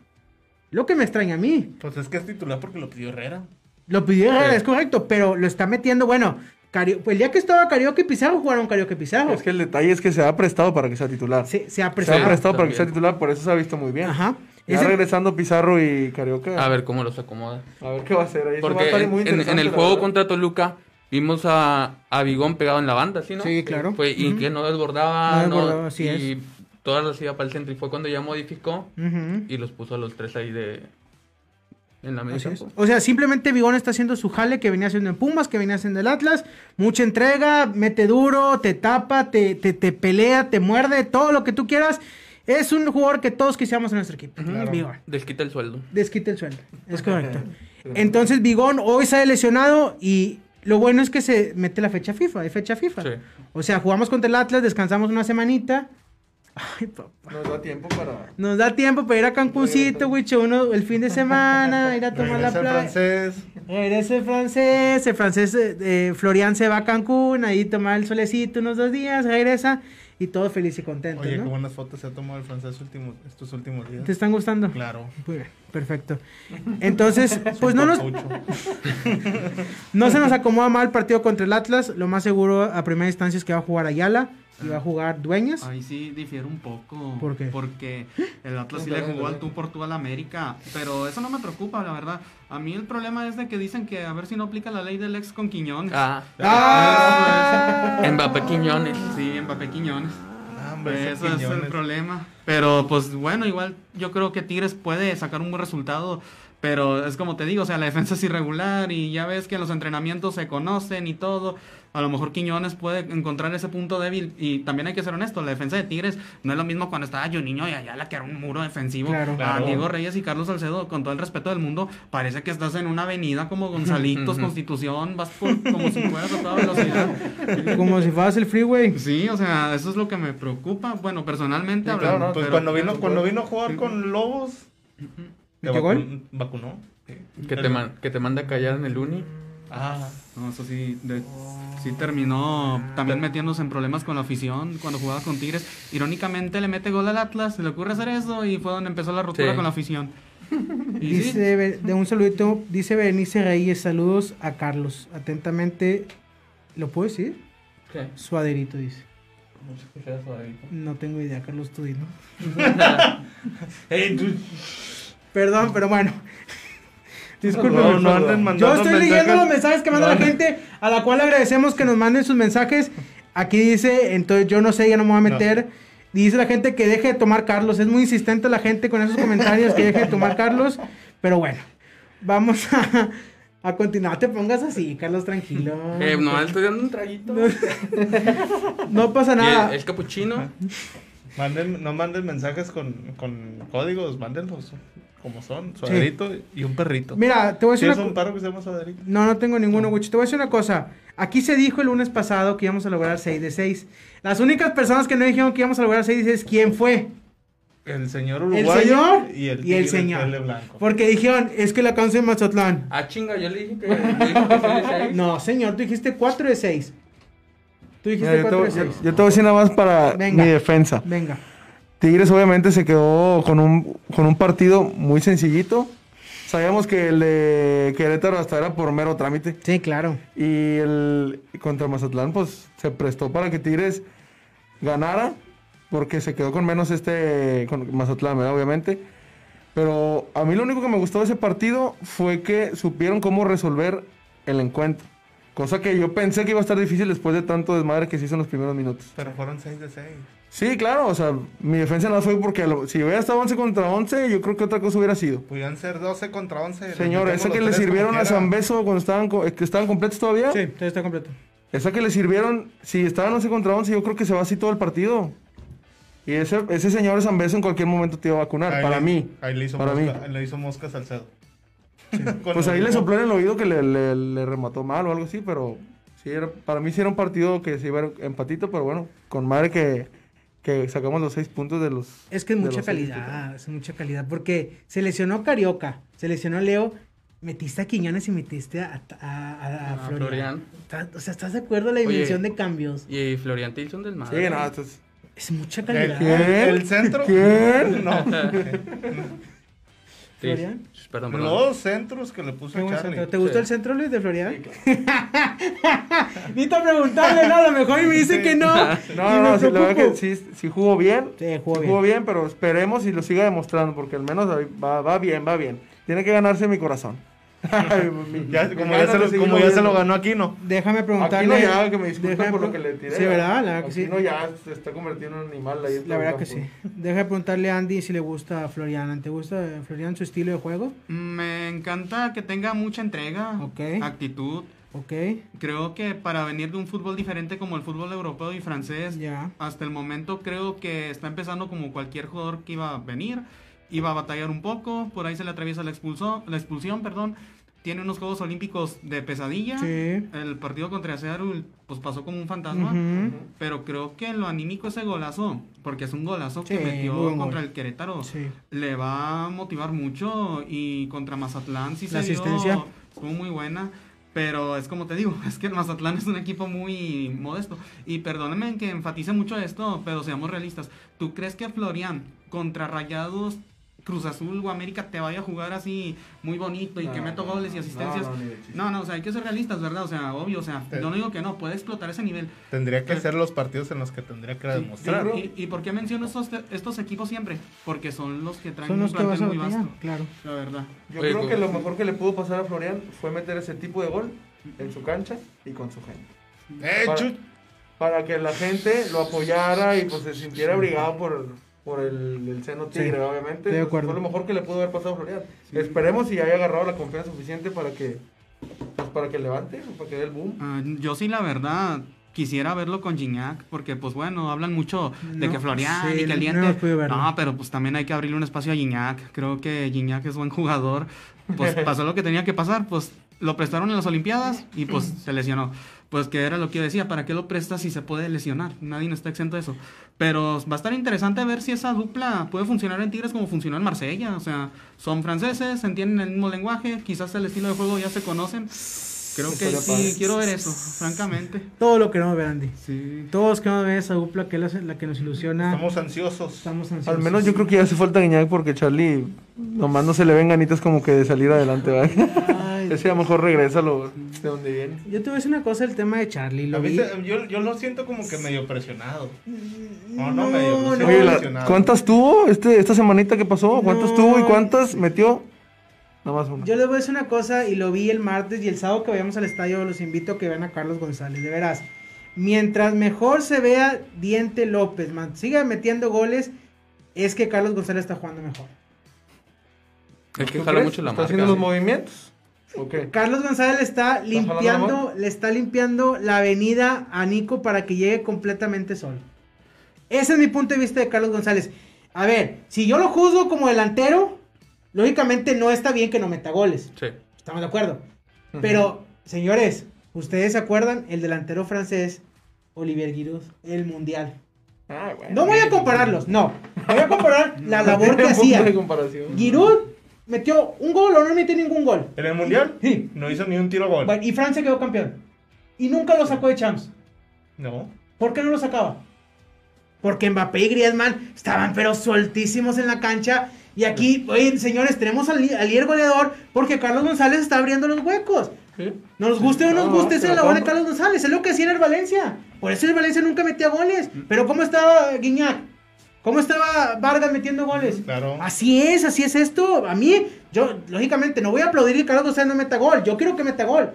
[SPEAKER 2] Lo que me extraña a mí.
[SPEAKER 3] Pues es que es titular porque lo pidió Herrera.
[SPEAKER 2] Lo pidió Herrera,
[SPEAKER 5] Sí.
[SPEAKER 2] es correcto, pero lo está metiendo, bueno, Cario- pues el día que estaba Carioca y Pizarro jugaron Carioca y Pizarro.
[SPEAKER 4] Es que el detalle es que se ha prestado para que sea titular.
[SPEAKER 2] se, se ha
[SPEAKER 4] se ha
[SPEAKER 2] presionado.
[SPEAKER 4] prestado para que
[SPEAKER 5] También.
[SPEAKER 4] sea titular, por eso se ha visto muy bien.
[SPEAKER 2] Ajá.
[SPEAKER 4] Ya
[SPEAKER 2] Ese-
[SPEAKER 4] regresando Pizarro y Carioca.
[SPEAKER 5] A ver cómo los acomoda.
[SPEAKER 4] a ver qué va a hacer ahí. Ah. eso va a
[SPEAKER 5] Porque
[SPEAKER 4] estar
[SPEAKER 5] en,
[SPEAKER 4] muy
[SPEAKER 5] en- en
[SPEAKER 4] interesante,
[SPEAKER 5] el
[SPEAKER 4] la
[SPEAKER 5] juego
[SPEAKER 4] verdad.
[SPEAKER 5] contra Toluca vimos a, a Bigón pegado en la banda, ¿sí, no?
[SPEAKER 2] Sí, claro.
[SPEAKER 5] Fue- y que no
[SPEAKER 2] No
[SPEAKER 5] desbordaba, no-
[SPEAKER 2] desbordaba, así
[SPEAKER 5] y todas las iba para el centro. Y fue cuando ya modificó
[SPEAKER 2] Ujú.
[SPEAKER 5] y los puso a los tres ahí de, en la media
[SPEAKER 2] Así es.
[SPEAKER 5] campo.
[SPEAKER 2] O sea, simplemente Vigón está haciendo su jale que venía haciendo en Pumas, que venía haciendo el Atlas. Mucha entrega, mete duro, te tapa, te, te, te pelea, te muerde, todo lo que tú quieras. Es un jugador que todos quisiéramos en nuestro equipo. Vigón.
[SPEAKER 5] Desquita el sueldo.
[SPEAKER 2] Desquita el sueldo. Es correcto. Entonces, Vigón hoy sale lesionado y lo bueno es que se mete la fecha FIFA. Hay fecha FIFA.
[SPEAKER 5] Sí.
[SPEAKER 2] O sea, jugamos contra el Atlas, descansamos una semanita. Ay, papá.
[SPEAKER 4] Nos da tiempo para.
[SPEAKER 2] Nos da tiempo para ir a Cancuncito, güey, uno el fin de semana, ir a tomar la
[SPEAKER 3] Regresa el
[SPEAKER 2] playa.
[SPEAKER 3] francés.
[SPEAKER 2] Regresa el francés, el francés eh, eh, Florian se va a Cancún, ahí toma el solecito unos dos días, regresa y todo feliz y contento,
[SPEAKER 3] Oye,
[SPEAKER 2] ¿no?
[SPEAKER 3] qué buenas fotos se ha tomado el francés último- estos últimos días.
[SPEAKER 2] ¿Te están gustando?
[SPEAKER 3] Claro.
[SPEAKER 2] Muy bien, perfecto. Entonces, pues no nos,
[SPEAKER 3] Papucho.
[SPEAKER 2] no se nos acomoda mal el partido contra el Atlas, lo más seguro a primera instancia es que va a jugar Ayala y va a jugar Dueñas.
[SPEAKER 6] Ahí sí difiere un poco.
[SPEAKER 2] ¿Por qué?
[SPEAKER 6] Porque el Atlas sí le jugó al tú por tú al América. Pero eso no me preocupa, la verdad. A mí el problema es de que dicen que a ver si no aplica la ley del ex con Quiñones.
[SPEAKER 5] Ah,
[SPEAKER 2] ¡Ah!
[SPEAKER 5] Mbappé Quiñones.
[SPEAKER 6] Sí, Mbappé Quiñones.
[SPEAKER 3] Ah, hombre, esos
[SPEAKER 6] Eso es el
[SPEAKER 3] piñones.
[SPEAKER 6] problema. Pero pues bueno, igual yo creo que Tigres puede sacar un buen resultado. Pero es como te digo, o sea, la defensa es irregular y ya ves que en los entrenamientos se conocen y todo. A lo mejor Quiñones puede encontrar ese punto débil. Y también hay que ser honesto, la defensa de Tigres no es lo mismo cuando estaba Juninho y allá la que era un muro defensivo.
[SPEAKER 2] Claro.
[SPEAKER 6] a
[SPEAKER 3] Claro.
[SPEAKER 6] Diego Reyes y Carlos Salcedo, con todo el respeto del mundo, parece que estás en una avenida como Gonzalitos, Constitución, vas por, como si fueras a toda velocidad.
[SPEAKER 2] Como si fueras el freeway.
[SPEAKER 6] Sí, o sea, eso es lo que me preocupa. Bueno,
[SPEAKER 4] Sí,
[SPEAKER 6] personalmente hablando.
[SPEAKER 4] claro, ¿no?
[SPEAKER 3] Pues
[SPEAKER 6] pero-
[SPEAKER 3] cuando vino, cuando vino a jugar con Lobos. ¿Te
[SPEAKER 2] ¿Metió gol?
[SPEAKER 3] vacu- Vacunó.
[SPEAKER 5] Que te, man- que te manda a callar en el uni.
[SPEAKER 3] Ah,
[SPEAKER 6] No, eso sí, de- sí terminó también metiéndose en problemas con la afición cuando jugaba con Tigres. Irónicamente le mete gol al Atlas, se le ocurre hacer eso y fue donde empezó la ruptura
[SPEAKER 5] Sí.
[SPEAKER 6] con la afición. Y sí,
[SPEAKER 2] Dice, Be- de un saludito, dice Berenice Reyes, saludos a Carlos. Atentamente, ¿lo puedo decir?
[SPEAKER 5] ¿Qué?
[SPEAKER 2] Suaderito dice. No tengo idea, Carlos, tú di, ¿no?
[SPEAKER 3] Ey, tú-
[SPEAKER 2] Perdón, pero bueno.
[SPEAKER 3] no,
[SPEAKER 2] Disculpen.
[SPEAKER 3] no anden
[SPEAKER 2] Yo
[SPEAKER 3] mandando
[SPEAKER 2] estoy
[SPEAKER 3] mensajes.
[SPEAKER 2] leyendo los mensajes que manda la gente, a la cual agradecemos que nos manden sus mensajes. Aquí dice, entonces yo no sé, ya no me voy a meter. Dice la gente que deje de tomar Carlos. Es muy insistente la gente con esos comentarios que deje de tomar Carlos. Pero bueno, vamos a, a continuar. No te pongas así, Carlos, tranquilo.
[SPEAKER 5] Eh, no, le estoy dando un traguito.
[SPEAKER 2] No pasa
[SPEAKER 5] Y
[SPEAKER 2] nada.
[SPEAKER 5] El, el capuchino.
[SPEAKER 3] Manden, no manden mensajes con, con códigos, mándenlos como son, suaderito y un perrito.
[SPEAKER 2] Mira, te voy a
[SPEAKER 3] Si
[SPEAKER 2] decir
[SPEAKER 3] es
[SPEAKER 2] una
[SPEAKER 3] un
[SPEAKER 2] cosa.
[SPEAKER 3] perro que se llama suaderito.
[SPEAKER 2] No, no tengo ninguno, Gucci. Te voy a decir una cosa. Aquí se dijo el lunes pasado que íbamos a lograr 6 de 6. Las únicas personas que no dijeron que íbamos a lograr 6 de 6, ¿quién fue?
[SPEAKER 3] El señor
[SPEAKER 2] El
[SPEAKER 3] uruguayo
[SPEAKER 2] señor
[SPEAKER 3] y el,
[SPEAKER 2] y el
[SPEAKER 3] tigre
[SPEAKER 2] señor.
[SPEAKER 3] pele blanco.
[SPEAKER 2] Porque dijeron, es que la canción de Mazatlán.
[SPEAKER 5] Ah, chinga, yo le dije que. yo dije que seis de seis.
[SPEAKER 2] No, señor, tú dijiste 4 de 6. Tú dijiste
[SPEAKER 4] Mira, yo, te,
[SPEAKER 2] 4 de
[SPEAKER 4] voy-
[SPEAKER 2] 6.
[SPEAKER 4] yo- yo te voy a decir nada más para
[SPEAKER 2] Venga.
[SPEAKER 4] mi defensa.
[SPEAKER 2] Venga.
[SPEAKER 4] Tigres obviamente se quedó con un, con un partido muy sencillito. Sabíamos que el de Querétaro hasta era por mero trámite.
[SPEAKER 2] Sí, claro.
[SPEAKER 4] Y el contra Mazatlán, pues se prestó para que Tigres ganara, porque se quedó con menos este con Mazatlán, ¿verdad? Obviamente. Pero a mí lo único que me gustó de ese partido fue que supieron cómo resolver el encuentro. Cosa que yo pensé que iba a estar difícil después de tanto desmadre que se hizo en los primeros minutos.
[SPEAKER 3] Pero fueron 6 de 6.
[SPEAKER 4] Sí, claro, o sea, mi defensa no fue porque lo- si hubiera estado 11 contra 11, yo creo que otra cosa hubiera sido.
[SPEAKER 3] Pudieron ser 12 contra 11.
[SPEAKER 4] Señor,
[SPEAKER 3] Les
[SPEAKER 4] esa
[SPEAKER 3] metemos
[SPEAKER 4] que
[SPEAKER 3] los
[SPEAKER 4] le
[SPEAKER 3] tres
[SPEAKER 4] sirvieron
[SPEAKER 3] como
[SPEAKER 4] a
[SPEAKER 3] quiera.
[SPEAKER 4] Zambeso cuando estaban, co- eh, que estaban completos todavía.
[SPEAKER 2] Sí, todo está completo.
[SPEAKER 4] Esa que le sirvieron, si estaban 11 contra 11, yo creo que se va así todo el partido. Y ese, ese señor Zambeso en cualquier momento te iba a vacunar,
[SPEAKER 3] Ahí
[SPEAKER 4] para
[SPEAKER 3] le-
[SPEAKER 4] mí.
[SPEAKER 3] Ahí le hizo,
[SPEAKER 4] para
[SPEAKER 3] mosca,
[SPEAKER 4] mí.
[SPEAKER 3] ahí le hizo mosca Salcedo.
[SPEAKER 4] Pues ahí le sopló en el oído que le, le- le remató mal o algo así, pero sí era- para mí sí era un partido que se iba a empatito, pero bueno, con madre que, que sacamos los 6 puntos de los...
[SPEAKER 2] Es que es
[SPEAKER 4] de
[SPEAKER 2] mucha
[SPEAKER 4] los seis que
[SPEAKER 2] calidad, es mucha calidad. Porque se lesionó Carioca, se lesionó Leo, metiste a Quiñones y metiste a, a, a- a
[SPEAKER 5] Ah,
[SPEAKER 2] Florian.
[SPEAKER 5] Florian.
[SPEAKER 2] Está- O sea, ¿estás de acuerdo a la
[SPEAKER 5] Oye.
[SPEAKER 2] dimensión de cambios?
[SPEAKER 5] Y Florian Tilson del
[SPEAKER 4] Sí,
[SPEAKER 5] Madre.
[SPEAKER 4] no, esto es-
[SPEAKER 2] Es mucha
[SPEAKER 3] El,
[SPEAKER 2] calidad.
[SPEAKER 4] ¿Quién?
[SPEAKER 3] el centro.
[SPEAKER 4] ¿Quién?
[SPEAKER 3] No.
[SPEAKER 5] Sí,
[SPEAKER 2] Florian.
[SPEAKER 5] sh- Perdón, perdón.
[SPEAKER 3] Los centros que le puso
[SPEAKER 2] Qué buen
[SPEAKER 3] Charlie.
[SPEAKER 2] centro. ¿Te gustó el centro, Luis, de Florida? Ni te preguntarle nada, a lo mejor y me dice que no.
[SPEAKER 4] No, no, no, sí, la verdad que sí, sí jugó bien.
[SPEAKER 2] Sí, jugó
[SPEAKER 4] Sí
[SPEAKER 2] bien.
[SPEAKER 4] jugó bien, pero esperemos y lo siga demostrando, porque al menos ahí va, va bien, va bien. Tiene que ganarse mi corazón. Ay, mami.
[SPEAKER 3] Ya, como
[SPEAKER 4] Gana
[SPEAKER 3] ya, se
[SPEAKER 4] de
[SPEAKER 3] lo,
[SPEAKER 4] seguir
[SPEAKER 3] como ya se lo
[SPEAKER 4] viendo.
[SPEAKER 3] ganó Aquino.
[SPEAKER 2] Déjame
[SPEAKER 4] Aquí
[SPEAKER 2] preguntarle.
[SPEAKER 4] no ya, que me disculpen
[SPEAKER 2] déjame
[SPEAKER 4] por lo
[SPEAKER 2] pre-
[SPEAKER 4] que le tiré.
[SPEAKER 2] Sí, ¿verdad? La verdad que sí.
[SPEAKER 4] Aquino ya se está convirtiendo en un animal ahí en
[SPEAKER 2] La
[SPEAKER 4] todo el
[SPEAKER 2] verdad que sí.
[SPEAKER 4] campo.
[SPEAKER 2] Déjame preguntarle a Andy si le gusta a Florian. ¿Te gusta eh, Florian su estilo de juego?
[SPEAKER 6] Me encanta que tenga mucha entrega,
[SPEAKER 2] Ok.
[SPEAKER 6] actitud.
[SPEAKER 2] Ok,
[SPEAKER 6] Creo que para venir de un fútbol diferente como el fútbol europeo y francés,
[SPEAKER 2] ya.
[SPEAKER 6] hasta el momento creo que está empezando como cualquier jugador que iba a venir. Iba a batallar un poco, por ahí se le atraviesa la, expulsó, la expulsión, perdón. Tiene unos Juegos Olímpicos de pesadilla.
[SPEAKER 2] Sí.
[SPEAKER 6] El partido contra Seattle pues pasó como un fantasma.
[SPEAKER 2] Ujú.
[SPEAKER 6] Pero creo que en lo anímico ese golazo, porque es un golazo que
[SPEAKER 2] Sí,
[SPEAKER 6] metió
[SPEAKER 2] muy buen
[SPEAKER 6] contra
[SPEAKER 2] gol.
[SPEAKER 6] el Querétaro,
[SPEAKER 2] Sí.
[SPEAKER 6] le va a motivar mucho y contra Mazatlán sí
[SPEAKER 2] La
[SPEAKER 6] se dio,
[SPEAKER 2] asistencia.
[SPEAKER 6] estuvo muy buena. Pero es como te digo, es que el Mazatlán es un equipo muy modesto. Y perdónenme que enfatice mucho esto, pero seamos realistas. ¿Tú crees que Florian contra Rayados, Cruz Azul o América te vaya a jugar así muy bonito y que
[SPEAKER 4] No,
[SPEAKER 6] meta
[SPEAKER 4] no,
[SPEAKER 6] goles y
[SPEAKER 4] no,
[SPEAKER 6] asistencias?
[SPEAKER 4] no, ni de chiste.
[SPEAKER 6] No, no, o sea, hay que ser realistas, ¿verdad? O sea, obvio, o sea,
[SPEAKER 2] Eh.
[SPEAKER 3] Sí.
[SPEAKER 6] yo no digo que no, puede explotar ese nivel.
[SPEAKER 3] Tendría que ser los partidos en los que tendría que demostrar.
[SPEAKER 4] creo-
[SPEAKER 6] ¿Y, y por qué menciono estos, estos equipos siempre? Porque son los que traen
[SPEAKER 2] Son los
[SPEAKER 6] un
[SPEAKER 2] que vas a
[SPEAKER 6] plantel muy
[SPEAKER 2] batallar,
[SPEAKER 6] vasto,
[SPEAKER 2] claro.
[SPEAKER 6] la verdad.
[SPEAKER 4] Yo creo
[SPEAKER 5] Oye,
[SPEAKER 3] pues.
[SPEAKER 5] ¿cómo?
[SPEAKER 4] que lo mejor que le pudo pasar a Florian fue meter ese tipo de gol en su cancha y con su gente.
[SPEAKER 3] Eh,
[SPEAKER 4] Para-
[SPEAKER 3] chu-
[SPEAKER 4] Para que la gente lo apoyara y pues se sintiera abrigado por, por el, el seno
[SPEAKER 2] Sí,
[SPEAKER 4] tigre, obviamente.
[SPEAKER 2] estoy de
[SPEAKER 4] Pues,
[SPEAKER 2] acuerdo.
[SPEAKER 4] Fue lo mejor que le pudo haber pasado a Florian. Esperemos si haya agarrado la confianza suficiente para que pues, para que levante, para que dé el boom.
[SPEAKER 6] Ah, yo sí, la verdad, quisiera verlo con Gignac, porque pues bueno, hablan mucho de
[SPEAKER 2] No,
[SPEAKER 6] que Florian
[SPEAKER 2] sí,
[SPEAKER 6] y
[SPEAKER 2] no
[SPEAKER 6] que Liente.
[SPEAKER 2] hemos podido verlo.
[SPEAKER 6] No, pero pues también hay que abrirle un espacio a Gignac. Creo que Gignac es buen jugador. Pues pasó lo que tenía que pasar, pues lo prestaron en las Olimpiadas y pues se lesionó. Pues que era lo que yo decía, ¿para qué lo prestas si se puede lesionar? Nadie está exento de eso. Pero va a estar interesante ver si esa dupla puede funcionar en Tigres como funcionó en Marsella. O sea, son franceses, entienden el mismo lenguaje, quizás el estilo de juego ya se conocen. Creo que
[SPEAKER 4] Estaría
[SPEAKER 6] sí,
[SPEAKER 4] padre.
[SPEAKER 6] quiero ver eso, francamente.
[SPEAKER 2] Todo lo queremos ver, Andy.
[SPEAKER 6] Sí.
[SPEAKER 2] Todos queremos ver esa dupla que es la- la que nos ilusiona.
[SPEAKER 3] Estamos ansiosos.
[SPEAKER 2] Estamos ansiosos.
[SPEAKER 4] Al menos yo creo que ya hace falta Guiñac porque Charlie nomás no se le ven ganitas como que de salir adelante, ¿va?
[SPEAKER 2] Ay,
[SPEAKER 4] Ese a lo mejor regresa lo, de donde viene.
[SPEAKER 2] yo te voy a decir una cosa el tema de Charlie.
[SPEAKER 3] A
[SPEAKER 2] Lo vi.
[SPEAKER 3] veces, yo, yo lo siento como que medio presionado. No, no,
[SPEAKER 2] No,
[SPEAKER 3] medio. lo
[SPEAKER 2] no.
[SPEAKER 3] siento
[SPEAKER 4] Oye, la-
[SPEAKER 3] presionado.
[SPEAKER 4] ¿cuántas tuvo este, esta semanita que pasó? ¿Cuántas
[SPEAKER 2] No.
[SPEAKER 4] tuvo y cuántas metió? Nada más una.
[SPEAKER 2] Yo les voy a decir una cosa y lo vi el martes y el sábado que vayamos al estadio. Los invito a que vean a Carlos González. De veras, mientras mejor se vea Diente López, man, siga metiendo goles, es que Carlos González está jugando mejor.
[SPEAKER 5] Es que
[SPEAKER 4] ¿Tú
[SPEAKER 5] jala
[SPEAKER 4] crees?
[SPEAKER 5] mucho la
[SPEAKER 4] ¿Está
[SPEAKER 5] marca.
[SPEAKER 4] haciendo los movimientos? ¿O qué?
[SPEAKER 2] Carlos González está
[SPEAKER 4] jalando
[SPEAKER 2] limpiando,
[SPEAKER 4] la
[SPEAKER 2] le está limpiando la avenida a Nico para que llegue completamente solo. Ese es mi punto de vista de Carlos González. A ver, si yo lo juzgo como delantero, lógicamente no está bien que no meta goles.
[SPEAKER 5] Sí.
[SPEAKER 2] Estamos de acuerdo. Pero, señores, ¿ustedes se acuerdan el delantero francés Olivier Giroud, el mundial?
[SPEAKER 4] Ah, bueno.
[SPEAKER 2] No voy a compararlos, no. Voy a comparar la labor que
[SPEAKER 4] Tiene punto
[SPEAKER 2] hacía.
[SPEAKER 4] de comparación.
[SPEAKER 2] Giroud metió un gol o no metió ningún gol.
[SPEAKER 3] ¿En el mundial?
[SPEAKER 2] Sí.
[SPEAKER 3] No hizo ni un tiro a gol.
[SPEAKER 2] Bueno, y Francia quedó campeón. Y nunca lo sacó de Champs.
[SPEAKER 3] No.
[SPEAKER 2] ¿Por qué no lo sacaba? Porque Mbappé y Griezmann estaban pero sueltísimos en la cancha. Y aquí, oye, señores, tenemos al, li- al líder goleador porque Carlos González está abriendo los huecos. Nos guste o no nos
[SPEAKER 4] No,
[SPEAKER 2] guste, esa
[SPEAKER 4] te
[SPEAKER 2] es
[SPEAKER 4] la
[SPEAKER 2] la labor de
[SPEAKER 4] compro.
[SPEAKER 2] Carlos González. Es lo que hacía en el Valencia. Por eso el Valencia nunca metía goles. Pero ¿cómo estaba Guiñac? ¿Cómo estaba Vargas metiendo goles?
[SPEAKER 3] Claro.
[SPEAKER 2] Así es, así es esto. A mí, yo, lógicamente, no voy a aplaudir que Carlos González no meta gol. Yo quiero que meta gol.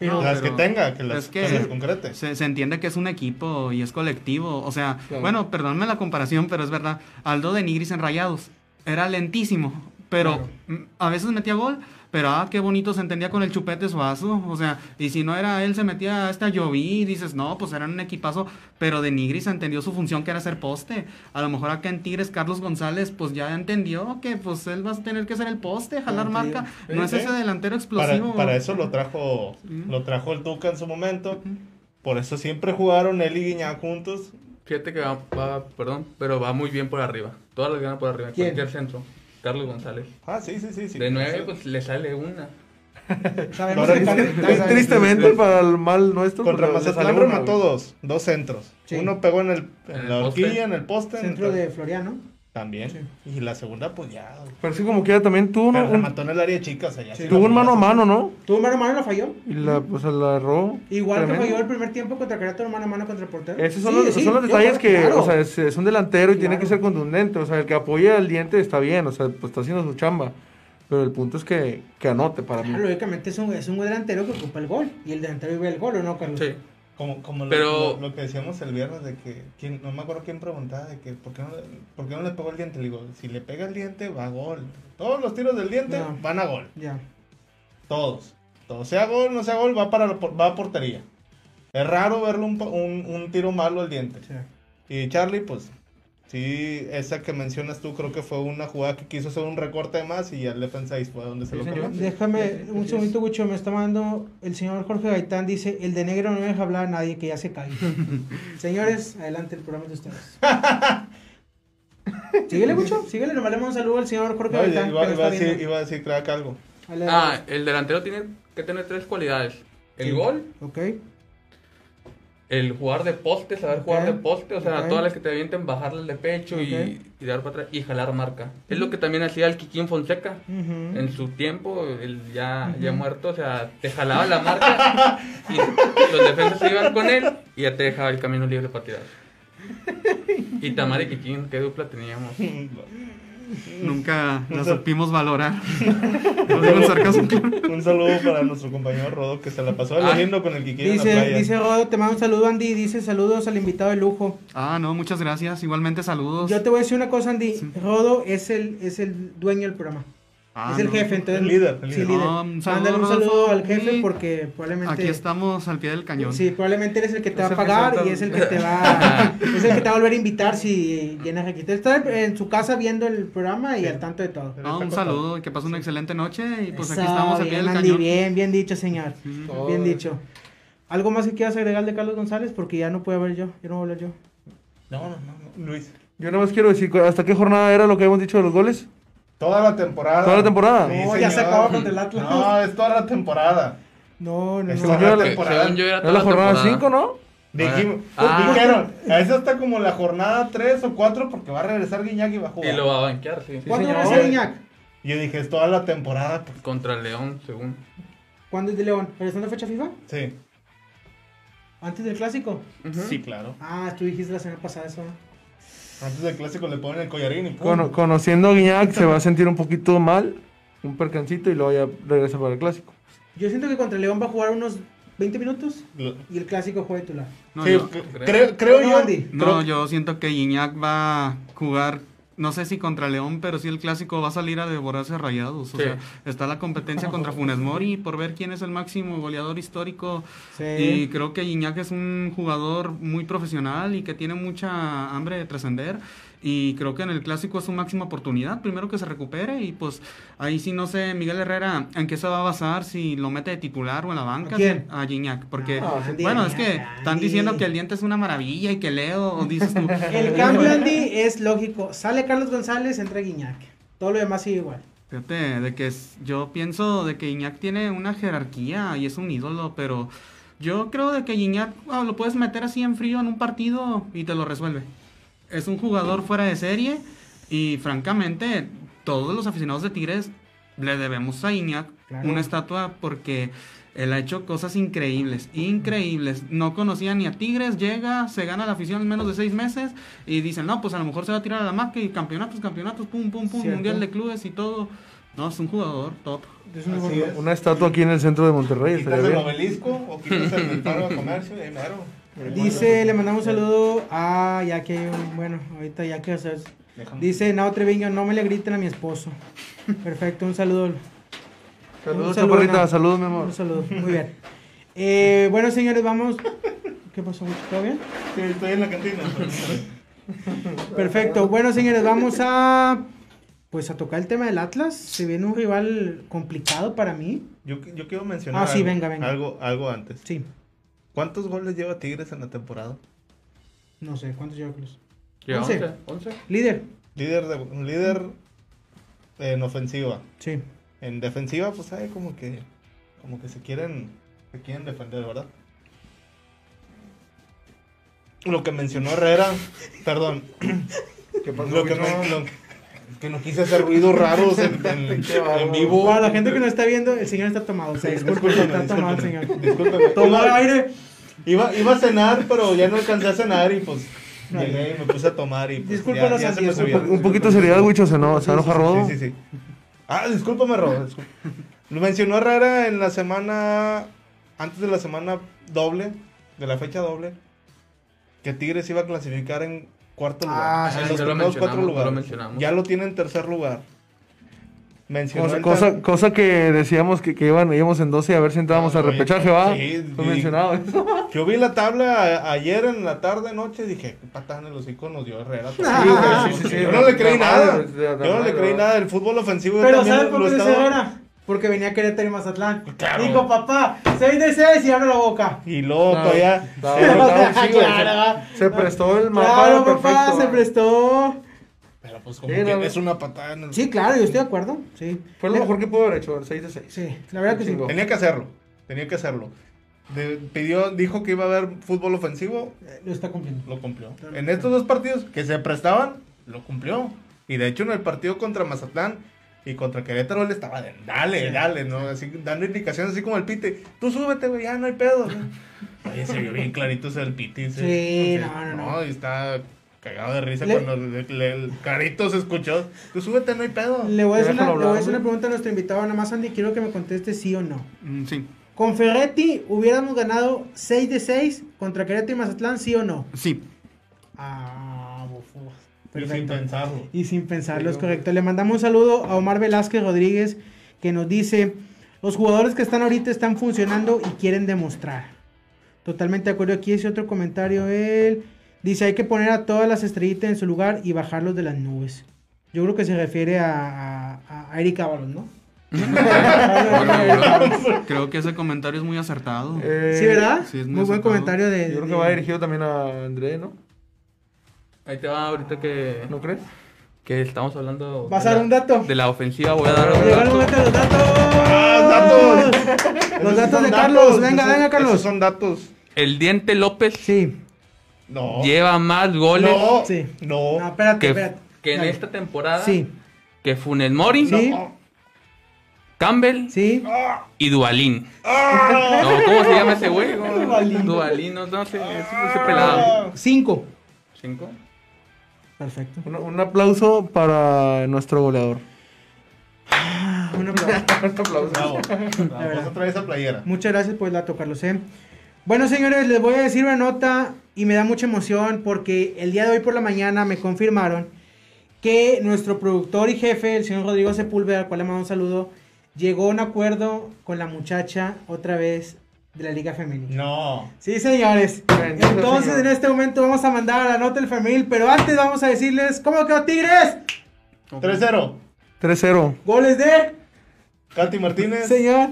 [SPEAKER 2] Pero
[SPEAKER 6] No,
[SPEAKER 3] las
[SPEAKER 6] pero
[SPEAKER 3] que tenga, que las,
[SPEAKER 6] es que-
[SPEAKER 3] que las concrete.
[SPEAKER 6] Se, se entiende que es un equipo y es colectivo. O sea,
[SPEAKER 4] Claro.
[SPEAKER 6] bueno, perdónme la comparación, pero es verdad. Aldo de Nigris en Rayados era lentísimo, pero mm, a veces metía gol. Pero ah, qué bonito se entendía con el chupete suazo. O sea, y si no era él, se metía hasta Lloví y dices, no, pues eran un equipazo. Pero de Nigris entendió su función que era ser poste. A lo mejor acá en Tigres, Carlos González, pues ya entendió que pues él va a tener que ser el poste,
[SPEAKER 3] Ah,
[SPEAKER 6] jalar
[SPEAKER 2] Claro, te
[SPEAKER 6] marca.
[SPEAKER 3] digo.
[SPEAKER 6] No es
[SPEAKER 3] Sí, sí.
[SPEAKER 6] ese delantero explosivo.
[SPEAKER 3] Para, para eso lo trajo, lo trajo el Tuca en su momento. Por eso siempre jugaron él y Guiñac juntos.
[SPEAKER 5] Fíjate que va, va- perdón, pero va muy bien por arriba. Todas las ganas por arriba.
[SPEAKER 2] ¿Quién?
[SPEAKER 5] Cualquier centro. Carlos González.
[SPEAKER 3] Ah, sí, sí, sí. sí.
[SPEAKER 5] de nueve, pues le sale una.
[SPEAKER 2] sabemos
[SPEAKER 3] Ahora
[SPEAKER 2] que Carlos-
[SPEAKER 3] dice-
[SPEAKER 2] Carlos-
[SPEAKER 4] Tristemente para el mal nuestro.
[SPEAKER 3] Contra
[SPEAKER 4] pues, le- le
[SPEAKER 3] Mazatlán
[SPEAKER 4] salió una,
[SPEAKER 3] remató
[SPEAKER 4] güey.
[SPEAKER 3] dos, dos centros.
[SPEAKER 2] Sí.
[SPEAKER 3] Uno pegó en, el, en
[SPEAKER 5] En el
[SPEAKER 3] la
[SPEAKER 5] poste.
[SPEAKER 3] horquilla, en el poste. en el-
[SPEAKER 2] Centro de Floriano.
[SPEAKER 3] También. Y la segunda, pues ya.
[SPEAKER 4] Pero sí, como quiera, también tuvo, una-
[SPEAKER 3] Pero
[SPEAKER 4] un,
[SPEAKER 3] remató en el área chica, o sea, ya. sí
[SPEAKER 4] tuvo
[SPEAKER 3] la
[SPEAKER 4] un mano a
[SPEAKER 3] podías-
[SPEAKER 4] mano, ¿no?
[SPEAKER 2] Tuvo mano a mano, la falló.
[SPEAKER 4] Y la, pues la erró.
[SPEAKER 2] Igual
[SPEAKER 4] Tremendo.
[SPEAKER 2] que falló el primer tiempo contra Querétaro, mano a mano contra el portero.
[SPEAKER 4] Esos son,
[SPEAKER 2] Sí,
[SPEAKER 4] los,
[SPEAKER 2] sí,
[SPEAKER 4] son los
[SPEAKER 2] yo
[SPEAKER 4] detalles
[SPEAKER 2] creo-
[SPEAKER 4] que,
[SPEAKER 2] claro.
[SPEAKER 4] o sea, es, es un delantero y tiene
[SPEAKER 2] Claro.
[SPEAKER 4] que ser contundente. O sea, el que apoya al diente está bien, o sea, pues está haciendo su chamba. Pero el punto es que, que anote para mí.
[SPEAKER 2] Ah, lógicamente es un, es un delantero que ocupa el gol. Y el delantero vive el gol, ¿o no, Carlos?
[SPEAKER 5] Sí.
[SPEAKER 3] Como, como lo-
[SPEAKER 5] Pero-
[SPEAKER 3] lo, lo que decíamos el viernes de que, quién- no me acuerdo quién preguntaba de que, ¿por qué, no, le- por qué no le pegó el diente? Le digo, si le pega el diente, va a gol. Todos los tiros del diente
[SPEAKER 2] No.
[SPEAKER 3] van a gol.
[SPEAKER 2] Ya.
[SPEAKER 3] Todos. Todo sea gol, no sea gol, va, para, la por- va a portería. Es raro verle un, po- un- un tiro malo al diente.
[SPEAKER 2] Sí.
[SPEAKER 3] Y Charlie, pues, sí, esa que mencionas tú, creo que fue una jugada que quiso hacer un recorte de más y ya el defensa ahí fue donde se
[SPEAKER 5] Sí,
[SPEAKER 3] lo
[SPEAKER 5] señor.
[SPEAKER 3] comió.
[SPEAKER 2] Déjame
[SPEAKER 5] Sí,
[SPEAKER 2] un
[SPEAKER 5] así
[SPEAKER 2] segundito, Gucho. Me está mandando el señor Jorge Gaitán. Dice: El de negro no deja hablar a nadie, que ya se cae. Señores, adelante el programa de ustedes. síguele, Gucho. Síguele. Nomás le mando un saludo al señor Jorge
[SPEAKER 3] No, y-
[SPEAKER 2] Gaitán.
[SPEAKER 3] iba,
[SPEAKER 2] que nos
[SPEAKER 3] iba a
[SPEAKER 2] está
[SPEAKER 3] decir,
[SPEAKER 2] viendo.
[SPEAKER 3] iba a decir, creo que algo.
[SPEAKER 2] Dale,
[SPEAKER 5] Ah,
[SPEAKER 2] dale.
[SPEAKER 5] el delantero tiene que tener tres cualidades. El
[SPEAKER 2] Sí.
[SPEAKER 5] gol,
[SPEAKER 2] Ok.
[SPEAKER 5] el jugar de poste, saber jugar
[SPEAKER 2] Ok.
[SPEAKER 5] de poste, o sea,
[SPEAKER 2] Ok.
[SPEAKER 5] todas las que te avienten, bajarles de pecho y-
[SPEAKER 2] Ok.
[SPEAKER 5] y, dar para atrás y jalar marca. Es lo que también hacía el Kikín Fonseca.
[SPEAKER 2] Ujú.
[SPEAKER 5] En su tiempo, el ya, ya muerto, o sea, te jalaba la marca y los defensas se iban con él y ya te dejaba el camino libre para tirar. Y Tamara y Kikín, qué dupla teníamos.
[SPEAKER 6] Nunca la
[SPEAKER 3] O sea-
[SPEAKER 6] supimos valorar. Lo digo en sarcasmo, claro.
[SPEAKER 3] Un saludo para nuestro compañero Rodo que se la pasó
[SPEAKER 5] Ah.
[SPEAKER 3] leyendo con el Kiki en la
[SPEAKER 2] Dice,
[SPEAKER 3] playa.
[SPEAKER 2] dice Rodo, te mando un saludo, Andy. Dice saludos al invitado de lujo.
[SPEAKER 6] Ah, no, muchas gracias. Igualmente saludos.
[SPEAKER 2] Yo te voy a decir una cosa, Andy. Rodo es el, es el dueño del programa.
[SPEAKER 6] Ah,
[SPEAKER 2] es el
[SPEAKER 6] no.
[SPEAKER 2] jefe, entonces.
[SPEAKER 3] El líder, el
[SPEAKER 2] sí,
[SPEAKER 3] líder.
[SPEAKER 6] Ah, un saludo,
[SPEAKER 2] Mándale un saludo
[SPEAKER 6] Rodolfo.
[SPEAKER 2] al jefe
[SPEAKER 6] Sí.
[SPEAKER 2] porque probablemente.
[SPEAKER 6] Aquí estamos al pie del cañón.
[SPEAKER 2] este.
[SPEAKER 6] Ah,
[SPEAKER 2] Sí, probablemente eres el que te va
[SPEAKER 5] Es
[SPEAKER 2] a
[SPEAKER 5] el que
[SPEAKER 2] pagar
[SPEAKER 5] suelta-
[SPEAKER 2] y es el que te va es el que te va a volver a invitar si llenas aquí. Está en su casa viendo el programa y al tanto de todo.
[SPEAKER 6] No, un saludo, que pasen una excelente noche y pues aquí
[SPEAKER 2] Eso,
[SPEAKER 6] estamos al pie
[SPEAKER 2] bien,
[SPEAKER 6] del
[SPEAKER 2] Andy,
[SPEAKER 6] cañón.
[SPEAKER 2] bien, bien dicho, señor. Bien dicho. ¿Algo más que quieras agregarle Carlos González? Porque ya no puedo hablar yo, ya no voy a hablar yo.
[SPEAKER 3] No, no, no, no, Luis.
[SPEAKER 4] Yo nada más quiero decir, ¿hasta qué jornada era lo que habíamos dicho de los goles?
[SPEAKER 3] Toda la temporada.
[SPEAKER 4] ¿Toda la temporada?
[SPEAKER 2] No, ya se
[SPEAKER 3] señor.
[SPEAKER 2] acabó contra el Atlas.
[SPEAKER 3] No, es toda la temporada.
[SPEAKER 2] No, no,
[SPEAKER 3] Es
[SPEAKER 2] no.
[SPEAKER 3] la
[SPEAKER 4] Según yo,
[SPEAKER 3] temporada.
[SPEAKER 5] Según yo era
[SPEAKER 4] Era
[SPEAKER 5] toda
[SPEAKER 4] la jornada
[SPEAKER 5] temporada.
[SPEAKER 4] 5, ¿no?
[SPEAKER 3] Dijimos,
[SPEAKER 5] Ah.
[SPEAKER 3] dijeron, a eso está como la jornada 3 o 4 porque va a regresar Guiñac y va a jugar.
[SPEAKER 5] Y lo va a banquear, sí.
[SPEAKER 2] ¿Cuándo
[SPEAKER 4] señor.
[SPEAKER 2] va a ser Iñak?
[SPEAKER 3] Yo dije, es toda la temporada. pues,
[SPEAKER 5] Contra León, según.
[SPEAKER 2] ¿Cuándo es de León? ¿Regresando a fecha FIFA?
[SPEAKER 3] Sí.
[SPEAKER 2] ¿Antes del clásico?
[SPEAKER 3] Sí, claro.
[SPEAKER 2] Ah, tú dijiste la semana pasada eso. ¿no?
[SPEAKER 3] Antes del clásico le ponen el collarín y pum.
[SPEAKER 4] Cono- conociendo a Guiñac se va a sentir un poquito mal, un percancito y luego ya regresa para el clásico.
[SPEAKER 2] Yo siento que contra León va a jugar unos 20 minutos
[SPEAKER 3] Lo-
[SPEAKER 2] y el clásico juega titular.
[SPEAKER 6] No,
[SPEAKER 3] sí,
[SPEAKER 6] yo,
[SPEAKER 2] pues,
[SPEAKER 3] cre- creo,
[SPEAKER 5] creo.
[SPEAKER 3] creo
[SPEAKER 2] No,
[SPEAKER 3] yo.
[SPEAKER 2] Andy.
[SPEAKER 6] no,
[SPEAKER 3] creo-
[SPEAKER 6] yo siento que Iñak va a jugar, no sé si contra León, pero sí el clásico va a salir a devorarse a rayados. O
[SPEAKER 5] Sí.
[SPEAKER 6] sea, está la competencia contra Funes Mori por ver quién es el máximo goleador histórico. Y creo que Iñak es un jugador muy profesional y que tiene mucha hambre de trascender. Y creo que en el clásico es su máxima oportunidad. Primero que se recupere. Y pues ahí sí no sé, Miguel Herrera, ¿en qué se va a basar si lo mete de titular o en la banca?
[SPEAKER 2] ¿A quién?
[SPEAKER 6] A Iñak. Porque,
[SPEAKER 2] No, Andy,
[SPEAKER 6] bueno, es que
[SPEAKER 2] Andy.
[SPEAKER 6] están diciendo que el diente es una maravilla y que Leo, o dices tú.
[SPEAKER 2] El cambio, Andy, es lógico. Sale Carlos González, entra Guiñac. Todo lo demás sigue igual.
[SPEAKER 6] Fíjate, de que es- yo pienso de que Iñak tiene una jerarquía y es un ídolo, pero yo creo de que Iñak ah, lo puedes meter así en frío en un partido y te lo resuelve. Es un jugador fuera de serie y francamente todos los aficionados de Tigres le debemos a Iñak
[SPEAKER 2] Claro.
[SPEAKER 6] una estatua porque él ha hecho cosas increíbles, increíbles. No conocía ni a Tigres, llega, se gana la afición en menos de seis meses y dicen, no, pues a lo mejor se va a tirar a la marca y campeonatos, campeonatos, pum, pum, pum,
[SPEAKER 2] Cierto.
[SPEAKER 6] mundial de clubes y todo. No, es un jugador top.
[SPEAKER 2] Es
[SPEAKER 3] Así
[SPEAKER 2] jugador.
[SPEAKER 3] es.
[SPEAKER 4] Una estatua aquí en el centro de Monterrey.
[SPEAKER 3] Quitas
[SPEAKER 4] estaría
[SPEAKER 3] el
[SPEAKER 4] bien.
[SPEAKER 3] obelisco o quitas el del paro de comercio y ahí mero.
[SPEAKER 2] Dice, le mandamos un saludo a... Ya que hay un- Bueno, ahorita ya que... hacer.
[SPEAKER 3] Déjame.
[SPEAKER 2] Dice Nao Treviño, no me le griten a mi esposo. Perfecto, un saludo.
[SPEAKER 4] Saludos,
[SPEAKER 2] Un saludo,
[SPEAKER 4] chaparrita.
[SPEAKER 2] Ana.
[SPEAKER 4] Saludos, mi amor.
[SPEAKER 2] Un saludo, muy bien. Eh, bueno, señores, vamos. ¿Qué pasó? Gucho? ¿Todo bien?
[SPEAKER 3] Sí, estoy en la cantina.
[SPEAKER 2] Perfecto. Bueno, señores, vamos a pues a tocar el tema del Atlas. Se viene un rival complicado para mí.
[SPEAKER 3] Yo, yo quiero mencionar
[SPEAKER 2] Ah, sí,
[SPEAKER 3] algo,
[SPEAKER 2] venga, venga.
[SPEAKER 3] Algo, algo antes.
[SPEAKER 2] Sí.
[SPEAKER 3] ¿Cuántos goles lleva Tigres en la temporada?
[SPEAKER 2] No sé, ¿cuántos lleva Cruz?
[SPEAKER 5] Lleva
[SPEAKER 2] Once.
[SPEAKER 5] 11. 11.
[SPEAKER 2] Líder.
[SPEAKER 3] Líder, de, líder en ofensiva.
[SPEAKER 2] Sí.
[SPEAKER 3] En defensiva, pues hay como que, como que se quieren, se quieren defender, ¿verdad? Lo que mencionó Herrera, perdón,
[SPEAKER 4] ¿Qué pasó,
[SPEAKER 3] lo que,
[SPEAKER 4] Guiñac?
[SPEAKER 3] me- lo- es que no quise hacer ruidos raros en, en- en vivo.
[SPEAKER 2] Para la gente que no está viendo, el señor está tomado. Se disculpe,
[SPEAKER 3] Discúlpeme,
[SPEAKER 2] está tomado el señor.
[SPEAKER 3] discúlpeme, discúlpeme.
[SPEAKER 2] Tomar
[SPEAKER 3] Iba-
[SPEAKER 2] aire.
[SPEAKER 3] Iba, iba a cenar, pero ya no alcancé a cenar y pues llegué y me puse a tomar y pues,
[SPEAKER 2] Discúlpanos,
[SPEAKER 3] ya, ya se me
[SPEAKER 2] Andy,
[SPEAKER 3] subió.
[SPEAKER 4] Un poquito de seriedad, Wicho, se, no, se enoja Rodo.
[SPEAKER 3] Sí, sí, sí. Ah, discúlpame, Rob. disculpa. Lo mencionó Herrera en la semana. Antes de la semana doble. De la fecha doble. Que Tigres iba a clasificar en cuarto lugar.
[SPEAKER 2] Ah, sí,
[SPEAKER 3] en
[SPEAKER 5] sí,
[SPEAKER 3] los
[SPEAKER 5] ya lo
[SPEAKER 3] primeros cuatro
[SPEAKER 5] mencionamos, ya lo
[SPEAKER 3] lugares.
[SPEAKER 5] mencionamos.
[SPEAKER 3] Ya lo tiene en tercer lugar. Mencionó
[SPEAKER 4] Cosa,
[SPEAKER 3] el
[SPEAKER 4] cosa,
[SPEAKER 3] tan-
[SPEAKER 4] cosa que decíamos que, que iban, íbamos en 12 a ver si entrábamos
[SPEAKER 3] Ah,
[SPEAKER 4] a
[SPEAKER 3] oye,
[SPEAKER 4] repechaje, ¿va?
[SPEAKER 3] sí,
[SPEAKER 4] Fue
[SPEAKER 3] y-
[SPEAKER 4] mencionado eso.
[SPEAKER 3] Yo vi la tabla a- ayer en la tarde, noche. y Dije, qué patada en el hocico nos dio Herrera.
[SPEAKER 2] Ah,
[SPEAKER 4] sí, sí, sí,
[SPEAKER 3] yo no le creí
[SPEAKER 4] la
[SPEAKER 3] nada.
[SPEAKER 4] madre, la
[SPEAKER 3] Yo no le
[SPEAKER 4] madre,
[SPEAKER 3] creí
[SPEAKER 4] la-
[SPEAKER 3] nada. El fútbol ofensivo
[SPEAKER 2] Pero
[SPEAKER 3] también
[SPEAKER 2] ¿sabes por
[SPEAKER 3] lo
[SPEAKER 2] qué
[SPEAKER 3] estaba-
[SPEAKER 2] se era? Porque venía Querétaro y Mazatlán.
[SPEAKER 3] Claro.
[SPEAKER 2] Dijo, papá, 6 de 6 y abre la boca.
[SPEAKER 3] Y luego
[SPEAKER 4] No,
[SPEAKER 3] todavía.
[SPEAKER 4] estaba-
[SPEAKER 3] Pero-
[SPEAKER 4] estaba- sí, güey,
[SPEAKER 2] Claro.
[SPEAKER 4] se, se prestó el mapa
[SPEAKER 2] Claro, papá,
[SPEAKER 4] perfecto.
[SPEAKER 2] se prestó.
[SPEAKER 3] Pero pues como
[SPEAKER 4] Sí,
[SPEAKER 3] que
[SPEAKER 4] no,
[SPEAKER 3] es una patada en el
[SPEAKER 2] Sí, claro, yo estoy de acuerdo. Sí.
[SPEAKER 4] Fue lo mejor que pudo haber hecho, el 6 de 6.
[SPEAKER 2] Sí, la verdad que sí.
[SPEAKER 4] Chingo.
[SPEAKER 3] Tenía que hacerlo. Tenía que hacerlo. De- pidió, dijo que iba a haber fútbol ofensivo,
[SPEAKER 2] Eh, Lo está cumpliendo.
[SPEAKER 3] lo cumplió. En estos dos partidos que se prestaban, lo cumplió. Y de hecho en el partido contra Mazatlán y contra Querétaro él estaba de, dale, dale, ¿no? Así, dando indicaciones así como el pite. Tú súbete, güey, ya no hay pedo. ¿no? Oye, se vio bien clarito ese del pite. se-
[SPEAKER 2] Sí,
[SPEAKER 3] se-
[SPEAKER 2] no, no, no.
[SPEAKER 3] y está cagado de risa
[SPEAKER 2] Le-
[SPEAKER 3] cuando le- le- el carito se escuchó. Tú súbete, no hay pedo.
[SPEAKER 2] Le voy a hacer una, le
[SPEAKER 4] Déjalo
[SPEAKER 2] voy a
[SPEAKER 4] hablar,
[SPEAKER 2] hacer una
[SPEAKER 4] güey.
[SPEAKER 2] pregunta a nuestro invitado, nada más Andy, quiero que me conteste sí o no.
[SPEAKER 6] Mm, Sí,
[SPEAKER 2] ¿Con Ferretti hubiéramos ganado 6 de 6 contra Querétaro y Mazatlán, sí o no?
[SPEAKER 6] sí.
[SPEAKER 2] Ah, bofo.
[SPEAKER 3] Y sin
[SPEAKER 2] Perfecto.
[SPEAKER 3] pensarlo.
[SPEAKER 2] Y sin pensarlo, es correcto. Le mandamos un saludo a Omar Velázquez Rodríguez que nos dice, los jugadores que están ahorita están funcionando y quieren demostrar. Totalmente de acuerdo. Aquí ese otro comentario, él dice, hay que poner a todas las estrellitas en su lugar y bajarlos de las nubes. Yo creo que se refiere a, a, a Eric Ábalos, ¿no?
[SPEAKER 6] Creo que ese comentario es muy acertado.
[SPEAKER 4] Eh,
[SPEAKER 2] Sí, ¿verdad?
[SPEAKER 6] sí, es muy
[SPEAKER 2] muy buen
[SPEAKER 6] acertado.
[SPEAKER 2] comentario de...
[SPEAKER 4] Yo creo que
[SPEAKER 2] de-
[SPEAKER 4] va dirigido también a André, ¿no?
[SPEAKER 5] Ahí te va ahorita que,
[SPEAKER 4] ¿No crees?
[SPEAKER 5] que estamos hablando.
[SPEAKER 2] ¿Vas
[SPEAKER 5] de
[SPEAKER 2] a dar
[SPEAKER 5] la-
[SPEAKER 2] un dato?
[SPEAKER 5] De la ofensiva, voy a dar un
[SPEAKER 2] Llegó el
[SPEAKER 5] dato.
[SPEAKER 2] momento de los datos.
[SPEAKER 3] ¡Ah, datos!
[SPEAKER 2] Los
[SPEAKER 3] Esos
[SPEAKER 2] datos
[SPEAKER 3] son
[SPEAKER 2] de Carlos. Venga,
[SPEAKER 3] esos-
[SPEAKER 2] venga,
[SPEAKER 3] esos
[SPEAKER 2] Carlos.
[SPEAKER 3] son datos.
[SPEAKER 5] El Diente López
[SPEAKER 2] Sí.
[SPEAKER 3] No.
[SPEAKER 5] lleva más goles
[SPEAKER 3] No.
[SPEAKER 2] Sí. No,
[SPEAKER 3] No.
[SPEAKER 2] espérate,
[SPEAKER 5] que,
[SPEAKER 2] espérate.
[SPEAKER 5] que en
[SPEAKER 2] Dale.
[SPEAKER 5] esta temporada.
[SPEAKER 2] Sí,
[SPEAKER 5] Que Funes Mori,
[SPEAKER 2] Sí.
[SPEAKER 3] No.
[SPEAKER 5] Campbell
[SPEAKER 2] sí. Oh.
[SPEAKER 5] y Dualín.
[SPEAKER 3] Ah,
[SPEAKER 5] No, ¿Cómo se llama ese güey?
[SPEAKER 2] Duvalín.
[SPEAKER 5] Dualín, no, no sé, ese, ese
[SPEAKER 2] Ah.
[SPEAKER 3] Ah.
[SPEAKER 5] pelado.
[SPEAKER 2] Cinco.
[SPEAKER 5] ¿Cinco?
[SPEAKER 2] Perfecto.
[SPEAKER 4] Un, un aplauso para nuestro goleador.
[SPEAKER 2] Ah, un aplauso.
[SPEAKER 4] Un aplauso.
[SPEAKER 3] Bravo. Bravo.
[SPEAKER 2] verdad.
[SPEAKER 3] Vas a traer esa playera.
[SPEAKER 2] Muchas gracias por el dato, Carlos. ¿eh? Bueno, señores, les voy a decir una nota y me da mucha emoción porque el día de hoy por la mañana me confirmaron que nuestro productor y jefe, el señor Rodrigo Sepúlveda, al cual le mando un saludo, llegó a un acuerdo con la muchacha otra vez de la Liga Femenil.
[SPEAKER 3] No.
[SPEAKER 2] Sí, señores.
[SPEAKER 4] Bendito
[SPEAKER 2] Entonces,
[SPEAKER 4] señor.
[SPEAKER 2] en este momento vamos a mandar a la nota del femenil, pero antes vamos a decirles cómo quedó Tigres.
[SPEAKER 3] 3-0.
[SPEAKER 4] 3-0.
[SPEAKER 2] Goles de
[SPEAKER 3] Katy Martínez.
[SPEAKER 2] señor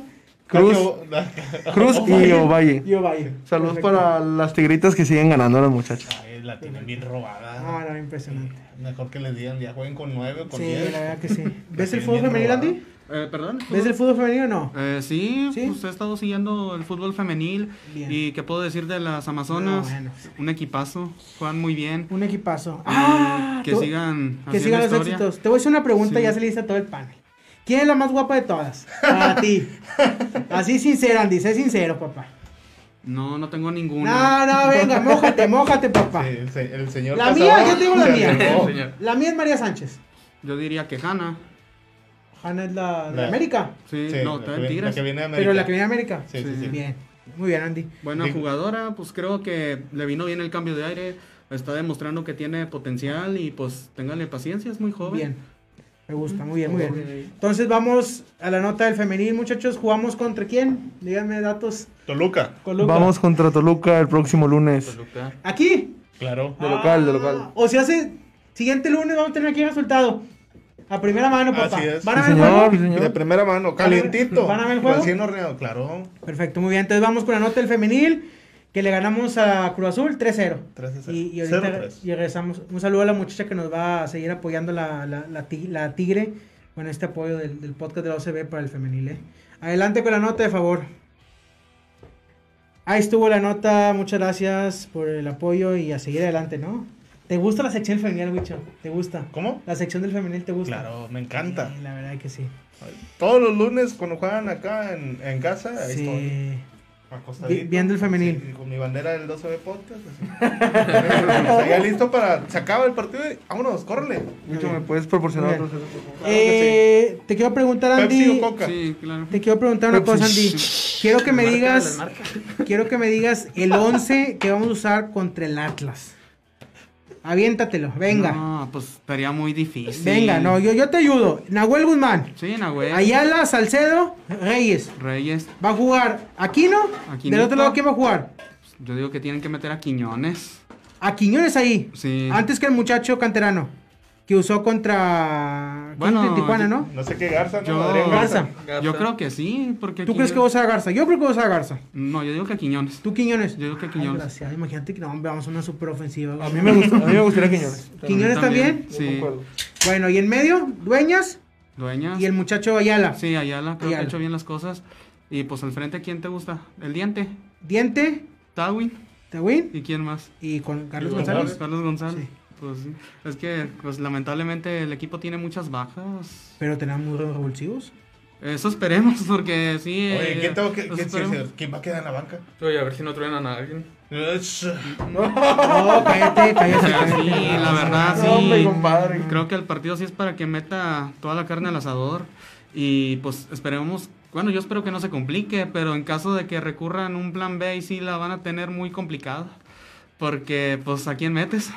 [SPEAKER 3] Katy-
[SPEAKER 4] Cruz y Ovalle.
[SPEAKER 2] Yo Valle.
[SPEAKER 4] Saludos
[SPEAKER 2] Perfecto.
[SPEAKER 4] para las tigritas que siguen ganando las muchachas.
[SPEAKER 3] Ay, la tienen bien
[SPEAKER 2] Ah,
[SPEAKER 3] robada.
[SPEAKER 2] no, impresionante.
[SPEAKER 3] Mejor que les digan, ya jueguen con 9 o con
[SPEAKER 2] Sí,
[SPEAKER 3] 10.
[SPEAKER 2] la verdad que sí. ¿Ves el
[SPEAKER 3] tienen
[SPEAKER 2] fútbol femenil,
[SPEAKER 3] bien robada.
[SPEAKER 2] Andy?
[SPEAKER 6] Eh, ¿Perdón?
[SPEAKER 2] ¿Ves el fútbol femenil o no?
[SPEAKER 6] Eh, sí,
[SPEAKER 2] Sí.
[SPEAKER 6] pues he estado siguiendo el fútbol femenil.
[SPEAKER 2] Bien.
[SPEAKER 6] ¿Y qué puedo decir de las Amazonas?
[SPEAKER 2] No, bueno.
[SPEAKER 6] Un equipazo, juegan muy bien.
[SPEAKER 2] Un equipazo.
[SPEAKER 6] Y
[SPEAKER 2] ¡Ah!
[SPEAKER 6] que
[SPEAKER 2] Tú-
[SPEAKER 6] sigan
[SPEAKER 2] que
[SPEAKER 6] haciendo
[SPEAKER 2] sigan los
[SPEAKER 6] historia.
[SPEAKER 2] éxitos. Te voy a hacer una pregunta
[SPEAKER 6] Sí.
[SPEAKER 2] y ya se le hice a todo el panel. ¿Quién es la más guapa de todas? Para ti. Así sincero, Andy. Sé sincero, papá.
[SPEAKER 6] No, no tengo ninguna.
[SPEAKER 2] No, no, venga, mójate, mójate, papá.
[SPEAKER 3] Sí, el, se- el señor.
[SPEAKER 2] La mía,
[SPEAKER 3] Casado
[SPEAKER 2] yo te digo la
[SPEAKER 3] se
[SPEAKER 5] Sí,
[SPEAKER 2] mía.
[SPEAKER 5] señor.
[SPEAKER 2] La mía es María Sánchez.
[SPEAKER 6] Yo diría que Hanna.
[SPEAKER 2] Hanna es la de
[SPEAKER 3] La-
[SPEAKER 2] América.
[SPEAKER 6] Sí,
[SPEAKER 3] Sí,
[SPEAKER 6] no,
[SPEAKER 3] la,
[SPEAKER 6] está
[SPEAKER 3] que viene,
[SPEAKER 6] en
[SPEAKER 3] la
[SPEAKER 6] Tigres.
[SPEAKER 3] que viene de América.
[SPEAKER 2] Pero la que viene de América.
[SPEAKER 3] Sí, sí, sí.
[SPEAKER 2] Bien. Muy bien, Andy.
[SPEAKER 6] Buena
[SPEAKER 3] Digo-
[SPEAKER 6] jugadora, pues creo que le vino bien el cambio de aire. Está demostrando que tiene potencial y pues téngale paciencia, es muy joven.
[SPEAKER 2] Bien. Me gusta, muy bien, muy bien. Entonces vamos a la nota del femenil, muchachos. ¿Jugamos contra quién? Díganme datos.
[SPEAKER 3] Toluca.
[SPEAKER 2] Coluca.
[SPEAKER 4] Vamos contra Toluca el próximo lunes.
[SPEAKER 5] Toluca.
[SPEAKER 2] ¿Aquí?
[SPEAKER 3] Claro.
[SPEAKER 4] De local, de
[SPEAKER 2] Ah,
[SPEAKER 4] local.
[SPEAKER 2] O sea, hace siguiente lunes vamos a tener aquí el resultado. A primera mano, papá.
[SPEAKER 3] Así es.
[SPEAKER 2] ¿Van a
[SPEAKER 4] Sí,
[SPEAKER 2] ver el juego?
[SPEAKER 4] señor, sí, señor.
[SPEAKER 3] De primera mano. Calientito.
[SPEAKER 2] ¿Van a ver el juego?
[SPEAKER 3] Recién horneado, claro.
[SPEAKER 2] Perfecto, muy bien. Entonces vamos con la nota del femenil, que le ganamos a Cruz Azul 3-0.
[SPEAKER 3] 3-0.
[SPEAKER 2] Y, y ahorita
[SPEAKER 3] 0-3.
[SPEAKER 2] y regresamos. Un saludo a la muchacha que nos va a seguir apoyando la, la, la ti- la Tigre con este apoyo del, del podcast de la OCB para el femenil. ¿eh? Adelante con la nota, de favor. Ahí estuvo la nota, muchas gracias por el apoyo y a seguir adelante, ¿no? ¿Te gusta la sección del femenil, Wicho? ¿Te gusta?
[SPEAKER 3] ¿Cómo?
[SPEAKER 2] ¿La sección del femenil te gusta?
[SPEAKER 3] Claro, me encanta.
[SPEAKER 2] Sí, la verdad que sí.
[SPEAKER 3] Todos los lunes cuando juegan acá en, en casa, ahí
[SPEAKER 2] Sí.
[SPEAKER 3] estoy. acostadito,
[SPEAKER 2] Vi- viendo el femenil.
[SPEAKER 3] sí, con mi bandera del 12B Podcast. así. O sea, ya listo para. Se acaba el partido y vámonos, córrele.
[SPEAKER 4] Mucho, ¿me puedes proporcionar
[SPEAKER 2] Muy
[SPEAKER 4] otro cerveza, por favor?
[SPEAKER 2] Eh, Te quiero preguntar,
[SPEAKER 3] Pepsi
[SPEAKER 2] Andy.
[SPEAKER 3] o Coca.
[SPEAKER 6] Sí, claro.
[SPEAKER 2] Te quiero preguntar una
[SPEAKER 6] pues,
[SPEAKER 4] Pepsi.
[SPEAKER 2] cosa, Andy. Quiero que me
[SPEAKER 5] Marca,
[SPEAKER 2] digas,
[SPEAKER 5] la marca.
[SPEAKER 2] quiero que me digas el 11 que vamos a usar contra el Atlas. Aviéntatelo, venga. Pues
[SPEAKER 6] No, pues estaría muy difícil.
[SPEAKER 2] Venga, no, yo, yo te ayudo. Nahuel Guzmán,
[SPEAKER 6] Sí, Nahuel.
[SPEAKER 2] Ayala, Salcedo, Reyes.
[SPEAKER 6] Reyes.
[SPEAKER 2] Va a jugar Aquino.
[SPEAKER 6] Aquinito.
[SPEAKER 2] Del otro lado, ¿quién va a jugar?
[SPEAKER 6] pues, Yo digo que tienen que meter a Quiñones.
[SPEAKER 2] A Quiñones ahí.
[SPEAKER 6] Sí.
[SPEAKER 2] Antes que el muchacho canterano. Que usó contra.
[SPEAKER 6] Bueno,
[SPEAKER 2] contra Tijuana,
[SPEAKER 6] yo-
[SPEAKER 2] ¿no?
[SPEAKER 3] No sé qué Garza, ¿no?
[SPEAKER 6] Yo-
[SPEAKER 3] Adrián Garza.
[SPEAKER 2] Garza.
[SPEAKER 5] Garza.
[SPEAKER 6] Yo creo que sí, porque.
[SPEAKER 2] ¿Tú crees que vas a Garza? Yo creo que vas a Garza.
[SPEAKER 6] No, yo digo que a Quiñones.
[SPEAKER 2] ¿Tú Quiñones?
[SPEAKER 6] Yo digo que
[SPEAKER 2] Ay,
[SPEAKER 6] Quiñones.
[SPEAKER 2] gracias. Imagínate que no, hombre, vamos a una superofensiva. güey.
[SPEAKER 4] A mí me gusta, a mí me gustaría Quiñones.
[SPEAKER 2] ¿Quiñones también?
[SPEAKER 4] Yo
[SPEAKER 6] Sí.
[SPEAKER 4] concuerdo.
[SPEAKER 2] Bueno, y en medio, Dueñas
[SPEAKER 6] Dueñas.
[SPEAKER 2] y el muchacho Ayala.
[SPEAKER 6] Sí, Ayala. Creo que
[SPEAKER 2] Ayala.
[SPEAKER 6] ha hecho bien las cosas. Y pues al frente, ¿quién te gusta? El diente.
[SPEAKER 2] Diente,
[SPEAKER 6] Tawin.
[SPEAKER 2] Tawin
[SPEAKER 6] ¿Y quién más?
[SPEAKER 2] y con Carlos
[SPEAKER 3] Y
[SPEAKER 2] González.
[SPEAKER 6] Carlos González.
[SPEAKER 2] Sí.
[SPEAKER 6] Pues sí. Es que, pues lamentablemente, el equipo tiene muchas bajas.
[SPEAKER 2] Pero tenemos muy revulsivos.
[SPEAKER 6] Eso esperemos, porque sí.
[SPEAKER 3] Oye,
[SPEAKER 6] eh,
[SPEAKER 3] ¿quién, tengo que,
[SPEAKER 6] eso
[SPEAKER 3] quién-
[SPEAKER 6] esperemos.
[SPEAKER 3] quién va a quedar en la banca?
[SPEAKER 5] Oye, a ver si no truenan a alguien.
[SPEAKER 2] No, Oh, cállate, cállate.
[SPEAKER 6] Sí,
[SPEAKER 2] cállate.
[SPEAKER 6] la verdad, sí.
[SPEAKER 4] No, hombre, compadre.
[SPEAKER 6] Creo que el partido sí es para que meta toda la carne al asador. Y pues esperemos. Bueno, yo espero que no se complique, pero en caso de que recurran un plan B, ahí sí la van a tener muy complicada. Porque, pues, ¿a quién metes?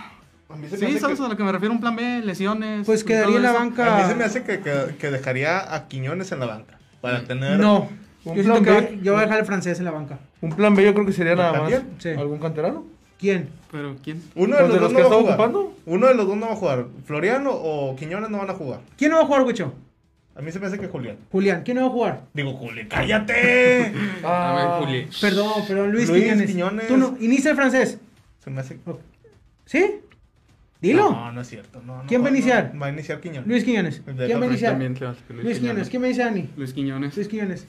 [SPEAKER 3] A mí se me
[SPEAKER 6] Sí,
[SPEAKER 3] hace
[SPEAKER 6] ¿sabes
[SPEAKER 3] que-
[SPEAKER 6] a lo que me refiero? Un plan B, lesiones.
[SPEAKER 2] Pues
[SPEAKER 6] y
[SPEAKER 2] quedaría
[SPEAKER 6] todo
[SPEAKER 2] en la
[SPEAKER 6] eso.
[SPEAKER 2] banca.
[SPEAKER 3] A mí se me hace que, que- que dejaría a Quiñones en la banca. Para tener.
[SPEAKER 2] Mm. No.
[SPEAKER 4] Un
[SPEAKER 2] Yo siento
[SPEAKER 4] plan
[SPEAKER 2] que
[SPEAKER 4] B.
[SPEAKER 2] yo voy a dejar al francés en la banca.
[SPEAKER 4] Un plan B yo creo que sería nada más.
[SPEAKER 3] ¿También?
[SPEAKER 2] Sí.
[SPEAKER 4] ¿Algún canterano?
[SPEAKER 2] ¿Quién?
[SPEAKER 6] Pero, ¿quién?
[SPEAKER 3] Uno de los,
[SPEAKER 4] ¿Los de
[SPEAKER 3] dos
[SPEAKER 4] los
[SPEAKER 3] no
[SPEAKER 4] que
[SPEAKER 3] va a
[SPEAKER 4] estaba
[SPEAKER 3] jugar.
[SPEAKER 4] ocupando?
[SPEAKER 3] Uno de los dos no va a jugar. Floriano o Quiñones no van a jugar.
[SPEAKER 2] ¿Quién no va a jugar, Wicho?
[SPEAKER 3] A mí se me hace que Julián.
[SPEAKER 2] Julián, ¿quién no va a jugar?
[SPEAKER 3] Digo, Juli, cállate.
[SPEAKER 4] Ah,
[SPEAKER 2] Ah.
[SPEAKER 5] A ver, Juli.
[SPEAKER 2] Perdón, perdón, Luis,
[SPEAKER 3] Luis
[SPEAKER 2] Quiñones.
[SPEAKER 3] Quiñones.
[SPEAKER 2] Tú no, inicia el francés.
[SPEAKER 3] se me hace.
[SPEAKER 2] ¿Sí? Dilo.
[SPEAKER 3] No, no es cierto. no, no,
[SPEAKER 2] ¿Quién va a
[SPEAKER 3] no,
[SPEAKER 2] iniciar?
[SPEAKER 3] no, va a iniciar Quiñones.
[SPEAKER 2] Luis Quiñones.
[SPEAKER 3] El de
[SPEAKER 2] ¿Quién va a
[SPEAKER 3] Capri
[SPEAKER 2] iniciar?
[SPEAKER 5] También se va a hacer
[SPEAKER 2] Luis Quiñones. ¿Quién me dice Ani?
[SPEAKER 6] Luis Quiñones.
[SPEAKER 2] Luis Quiñones.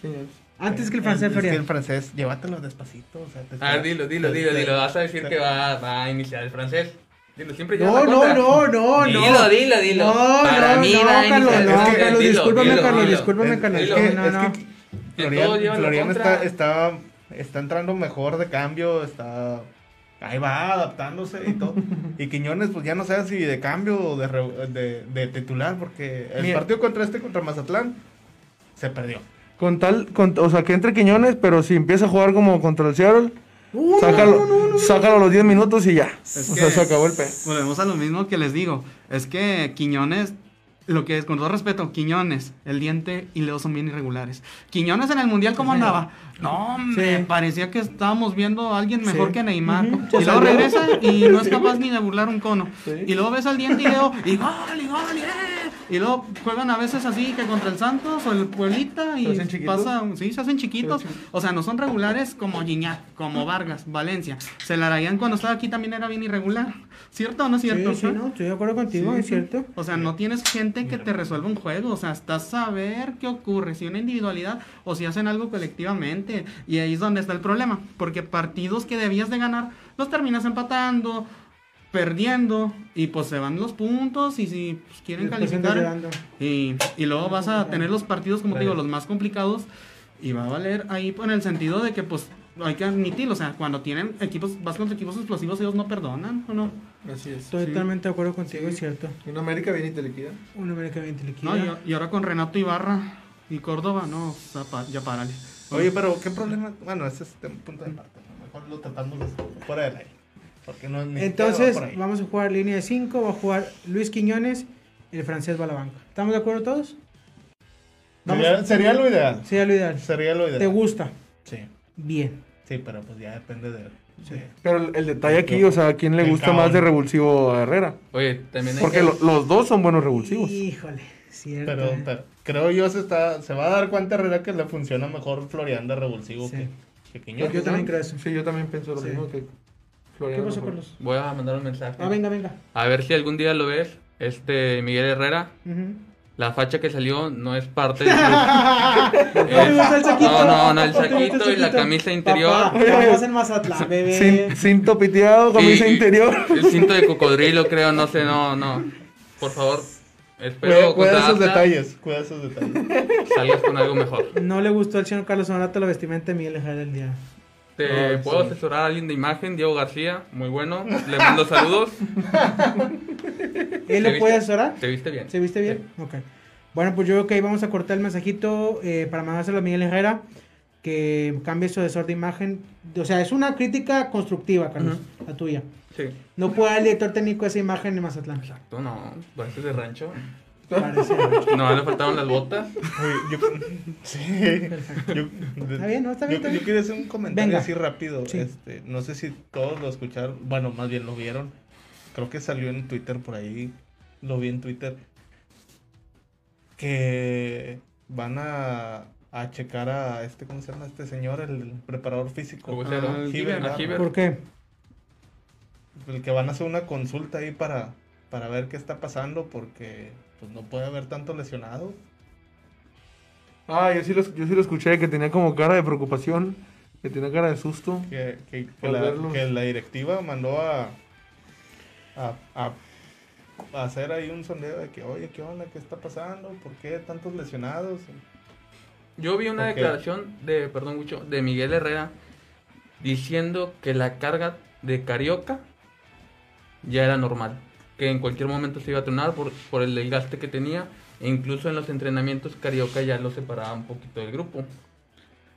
[SPEAKER 4] Quiñones.
[SPEAKER 2] Antes que el francés,
[SPEAKER 3] Es Eh, que el
[SPEAKER 2] Florian.
[SPEAKER 3] francés, llévatelo despacito. O sea, te
[SPEAKER 5] A ver, Ah, dilo, dilo, dilo, dilo. Vas a decir que va, va a iniciar el francés. Dilo, siempre lleva
[SPEAKER 2] No,
[SPEAKER 5] la
[SPEAKER 2] no,
[SPEAKER 5] contra.
[SPEAKER 2] no, no, no.
[SPEAKER 5] Dilo, dilo, dilo.
[SPEAKER 2] No,
[SPEAKER 5] Para
[SPEAKER 2] no,
[SPEAKER 5] mí
[SPEAKER 2] no,
[SPEAKER 5] va a
[SPEAKER 2] Carlos,
[SPEAKER 5] iniciar.
[SPEAKER 2] no,
[SPEAKER 5] Es que
[SPEAKER 2] Carlos,
[SPEAKER 5] dilo,
[SPEAKER 2] discúlpame,
[SPEAKER 5] dilo,
[SPEAKER 2] Carlos,
[SPEAKER 5] dilo.
[SPEAKER 2] discúlpame, Carlos.
[SPEAKER 5] dilo.
[SPEAKER 2] Es que- no, no.
[SPEAKER 5] Que
[SPEAKER 3] Florian,
[SPEAKER 5] todo lleva la
[SPEAKER 3] Florian
[SPEAKER 5] contra.
[SPEAKER 3] está, está, está entrando mejor de cambio, está... Ahí va adaptándose y todo. Y Quiñones, pues ya no sabe si de cambio o de, re- de, de titular, porque el
[SPEAKER 4] Mira.
[SPEAKER 3] partido contra este, contra Mazatlán, se perdió.
[SPEAKER 4] Con tal, con- o sea, que entre Quiñones, pero si empieza a jugar como contra el Seattle,
[SPEAKER 2] Uh, no,
[SPEAKER 4] sácalo,
[SPEAKER 2] no, no, no.
[SPEAKER 4] sácalo a los 10 minutos y ya. o sea,
[SPEAKER 6] que-
[SPEAKER 4] se acabó el pe.
[SPEAKER 6] Pues, Volvemos a lo mismo que les digo. Es que Quiñones, lo que es, con todo respeto, Quiñones, el diente y Leo son bien irregulares. Quiñones en el mundial, ¿cómo andaba? No, me
[SPEAKER 2] Sí.
[SPEAKER 6] parecía que estábamos viendo a alguien mejor
[SPEAKER 2] Sí.
[SPEAKER 6] que Neymar.
[SPEAKER 2] Ujú.
[SPEAKER 6] Y luego regresa y no es capaz ni de burlar un cono.
[SPEAKER 4] Sí.
[SPEAKER 6] Y luego ves al diente y Leo, y gol, y gol, y eh. Y luego juegan a veces así que contra el Santos o el Pueblita y
[SPEAKER 4] Se hacen chiquitos.
[SPEAKER 6] pasa, sí, se hacen chiquitos. O sea, no son regulares como Gignac, como Vargas, Valencia. Se la harían cuando estaba aquí también era bien irregular. ¿Cierto o no es cierto?
[SPEAKER 2] Sí, sí, no, estoy de acuerdo contigo,
[SPEAKER 6] Sí,
[SPEAKER 2] es
[SPEAKER 6] sí.
[SPEAKER 2] cierto.
[SPEAKER 6] O sea, no tienes gente que te resuelva un juego. O sea, hasta saber qué ocurre, si una individualidad o si hacen algo colectivamente. Y ahí es donde está el problema. Porque partidos que debías de ganar, los terminas empatando, perdiendo. Y pues se van los puntos. Y si pues, quieren
[SPEAKER 2] Después andas
[SPEAKER 6] calificar.
[SPEAKER 2] llorando.
[SPEAKER 6] Y, y luego vas a tener los partidos, como te digo, los más complicados. Y va a valer ahí pues, en el sentido de que, pues, hay que admitirlo. O sea, cuando tienen equipos, vas contra equipos explosivos, ellos no perdonan, ¿o no?
[SPEAKER 4] Así es.
[SPEAKER 2] Estoy totalmente de acuerdo contigo, es cierto.
[SPEAKER 4] En América viene y te liquida.
[SPEAKER 2] Un América 20 le
[SPEAKER 6] No,
[SPEAKER 2] queda.
[SPEAKER 6] y, y ahora con Renato Ibarra y Córdoba, no, o sea, pa- ya párale.
[SPEAKER 3] Oye, pero ¿qué problema? Bueno, ese es un punto de parte. Mejor lo tratamos des- fuera del aire. Porque no es ni
[SPEAKER 2] Entonces,
[SPEAKER 3] siquiera va por ahí.
[SPEAKER 2] vamos a jugar línea de 5, va a jugar Luis Quiñones, el francés va a la banca. ¿Estamos de acuerdo todos? vamos-
[SPEAKER 3] Sería, sería lo ideal.
[SPEAKER 2] Sí, lo ideal.
[SPEAKER 3] Sería lo ideal.
[SPEAKER 2] ¿Te gusta?
[SPEAKER 3] Sí,
[SPEAKER 2] Bien.
[SPEAKER 3] sí, pero pues ya depende de... de-
[SPEAKER 4] Pero el, el detalle aquí, o sea, ¿a quién le
[SPEAKER 3] El
[SPEAKER 4] gusta
[SPEAKER 3] cabrón.
[SPEAKER 4] más de revulsivo a Herrera?
[SPEAKER 5] Oye, también hay
[SPEAKER 4] Porque
[SPEAKER 5] que-
[SPEAKER 4] lo- los dos son buenos revulsivos.
[SPEAKER 2] Híjole, cierto.
[SPEAKER 3] Pero,
[SPEAKER 2] eh.
[SPEAKER 3] pero creo yo se, está, se va a dar cuenta Herrera que le funciona mejor Florian de revulsivo
[SPEAKER 2] Sí.
[SPEAKER 3] que, que Quiñones.
[SPEAKER 2] Yo también creo eso.
[SPEAKER 4] Sí, yo también pienso lo
[SPEAKER 2] Sí.
[SPEAKER 4] mismo que
[SPEAKER 2] ¿Qué
[SPEAKER 4] Floriano.
[SPEAKER 2] pasó, Carlos?
[SPEAKER 5] Voy a mandar un mensaje.
[SPEAKER 2] Ah, venga, venga.
[SPEAKER 5] A ver si algún día lo ves. Este Miguel Herrera,
[SPEAKER 2] Ujú.
[SPEAKER 5] la facha que salió no es parte del club.
[SPEAKER 2] No, no, no, el saquito.
[SPEAKER 5] Eh, No, no, no, el
[SPEAKER 2] Papá,
[SPEAKER 5] saquito y la camisa interior.
[SPEAKER 2] Papá, estamos en Mazatlán, bebé.
[SPEAKER 4] Cin- cinto piteado, camisa
[SPEAKER 5] Y- y-
[SPEAKER 4] interior.
[SPEAKER 5] El cinto de cocodrilo, creo, no sé, no, no. Por favor,
[SPEAKER 3] cuida
[SPEAKER 5] Espero contra
[SPEAKER 3] esos
[SPEAKER 5] Atlas
[SPEAKER 3] detalles, cuida esos detalles.
[SPEAKER 5] salgas con algo mejor.
[SPEAKER 2] No le gustó al señor Carlos Honorato la vestimenta de Miguel Ejara el día.
[SPEAKER 5] Te
[SPEAKER 3] Ah,
[SPEAKER 5] puedo
[SPEAKER 3] sí.
[SPEAKER 5] asesorar a alguien de imagen, Diego García, muy bueno. Le mando saludos.
[SPEAKER 2] ¿Él lo
[SPEAKER 5] viste?
[SPEAKER 2] puede asesorar?
[SPEAKER 5] ¿Te viste bien?
[SPEAKER 2] ¿Se viste bien? Ok. Bueno, pues yo creo que ahí vamos a cortar el mensajito eh, para mandárselo a Miguel Herrera, que cambie su asesor de imagen. O sea, es una crítica constructiva, Carlos, la tuya.
[SPEAKER 5] Sí.
[SPEAKER 2] No puede dar el director técnico esa imagen en Mazatlán.
[SPEAKER 5] Exacto, no. Pareces de rancho.
[SPEAKER 2] Parece.
[SPEAKER 5] No, le faltaron las botas.
[SPEAKER 3] Oye, yo- sí. Yo,
[SPEAKER 2] Está bien, ¿no? Está bien, está
[SPEAKER 3] yo-
[SPEAKER 2] bien.
[SPEAKER 3] yo quería hacer un comentario
[SPEAKER 2] Venga.
[SPEAKER 3] así rápido.
[SPEAKER 2] Sí.
[SPEAKER 3] Este, no sé si todos lo escucharon. Bueno, más bien lo vieron. Creo que salió en Twitter por ahí. Lo vi en Twitter. Que van a, a checar a este, ¿cómo se llama? Este señor, el preparador físico.
[SPEAKER 5] Hugo Cero.
[SPEAKER 6] Ah, el
[SPEAKER 3] Hiber,
[SPEAKER 5] a
[SPEAKER 3] ¿verdad?
[SPEAKER 5] Hiber.
[SPEAKER 2] ¿Por qué?
[SPEAKER 3] El que van a hacer una consulta ahí para, para ver qué está pasando. Porque pues, no puede haber tanto lesionado.
[SPEAKER 4] Ah, yo sí, lo, yo sí lo escuché, que tenía como cara de preocupación, que tenía cara de susto.
[SPEAKER 3] que, que- que
[SPEAKER 4] Por
[SPEAKER 3] la,
[SPEAKER 4] verlos.
[SPEAKER 3] que la directiva mandó a, a, a- a hacer ahí un sondeo de que, oye, ¿qué onda? ¿Qué está pasando? ¿Por qué tantos lesionados?
[SPEAKER 5] Yo vi una
[SPEAKER 3] Ok.
[SPEAKER 5] declaración de, perdón, Gucho, de Miguel Herrera diciendo que la carga de Carioca ya era normal. Que en cualquier momento se iba a tronar por, por el desgaste que tenía. E incluso en los entrenamientos Carioca ya lo separaba un poquito del grupo.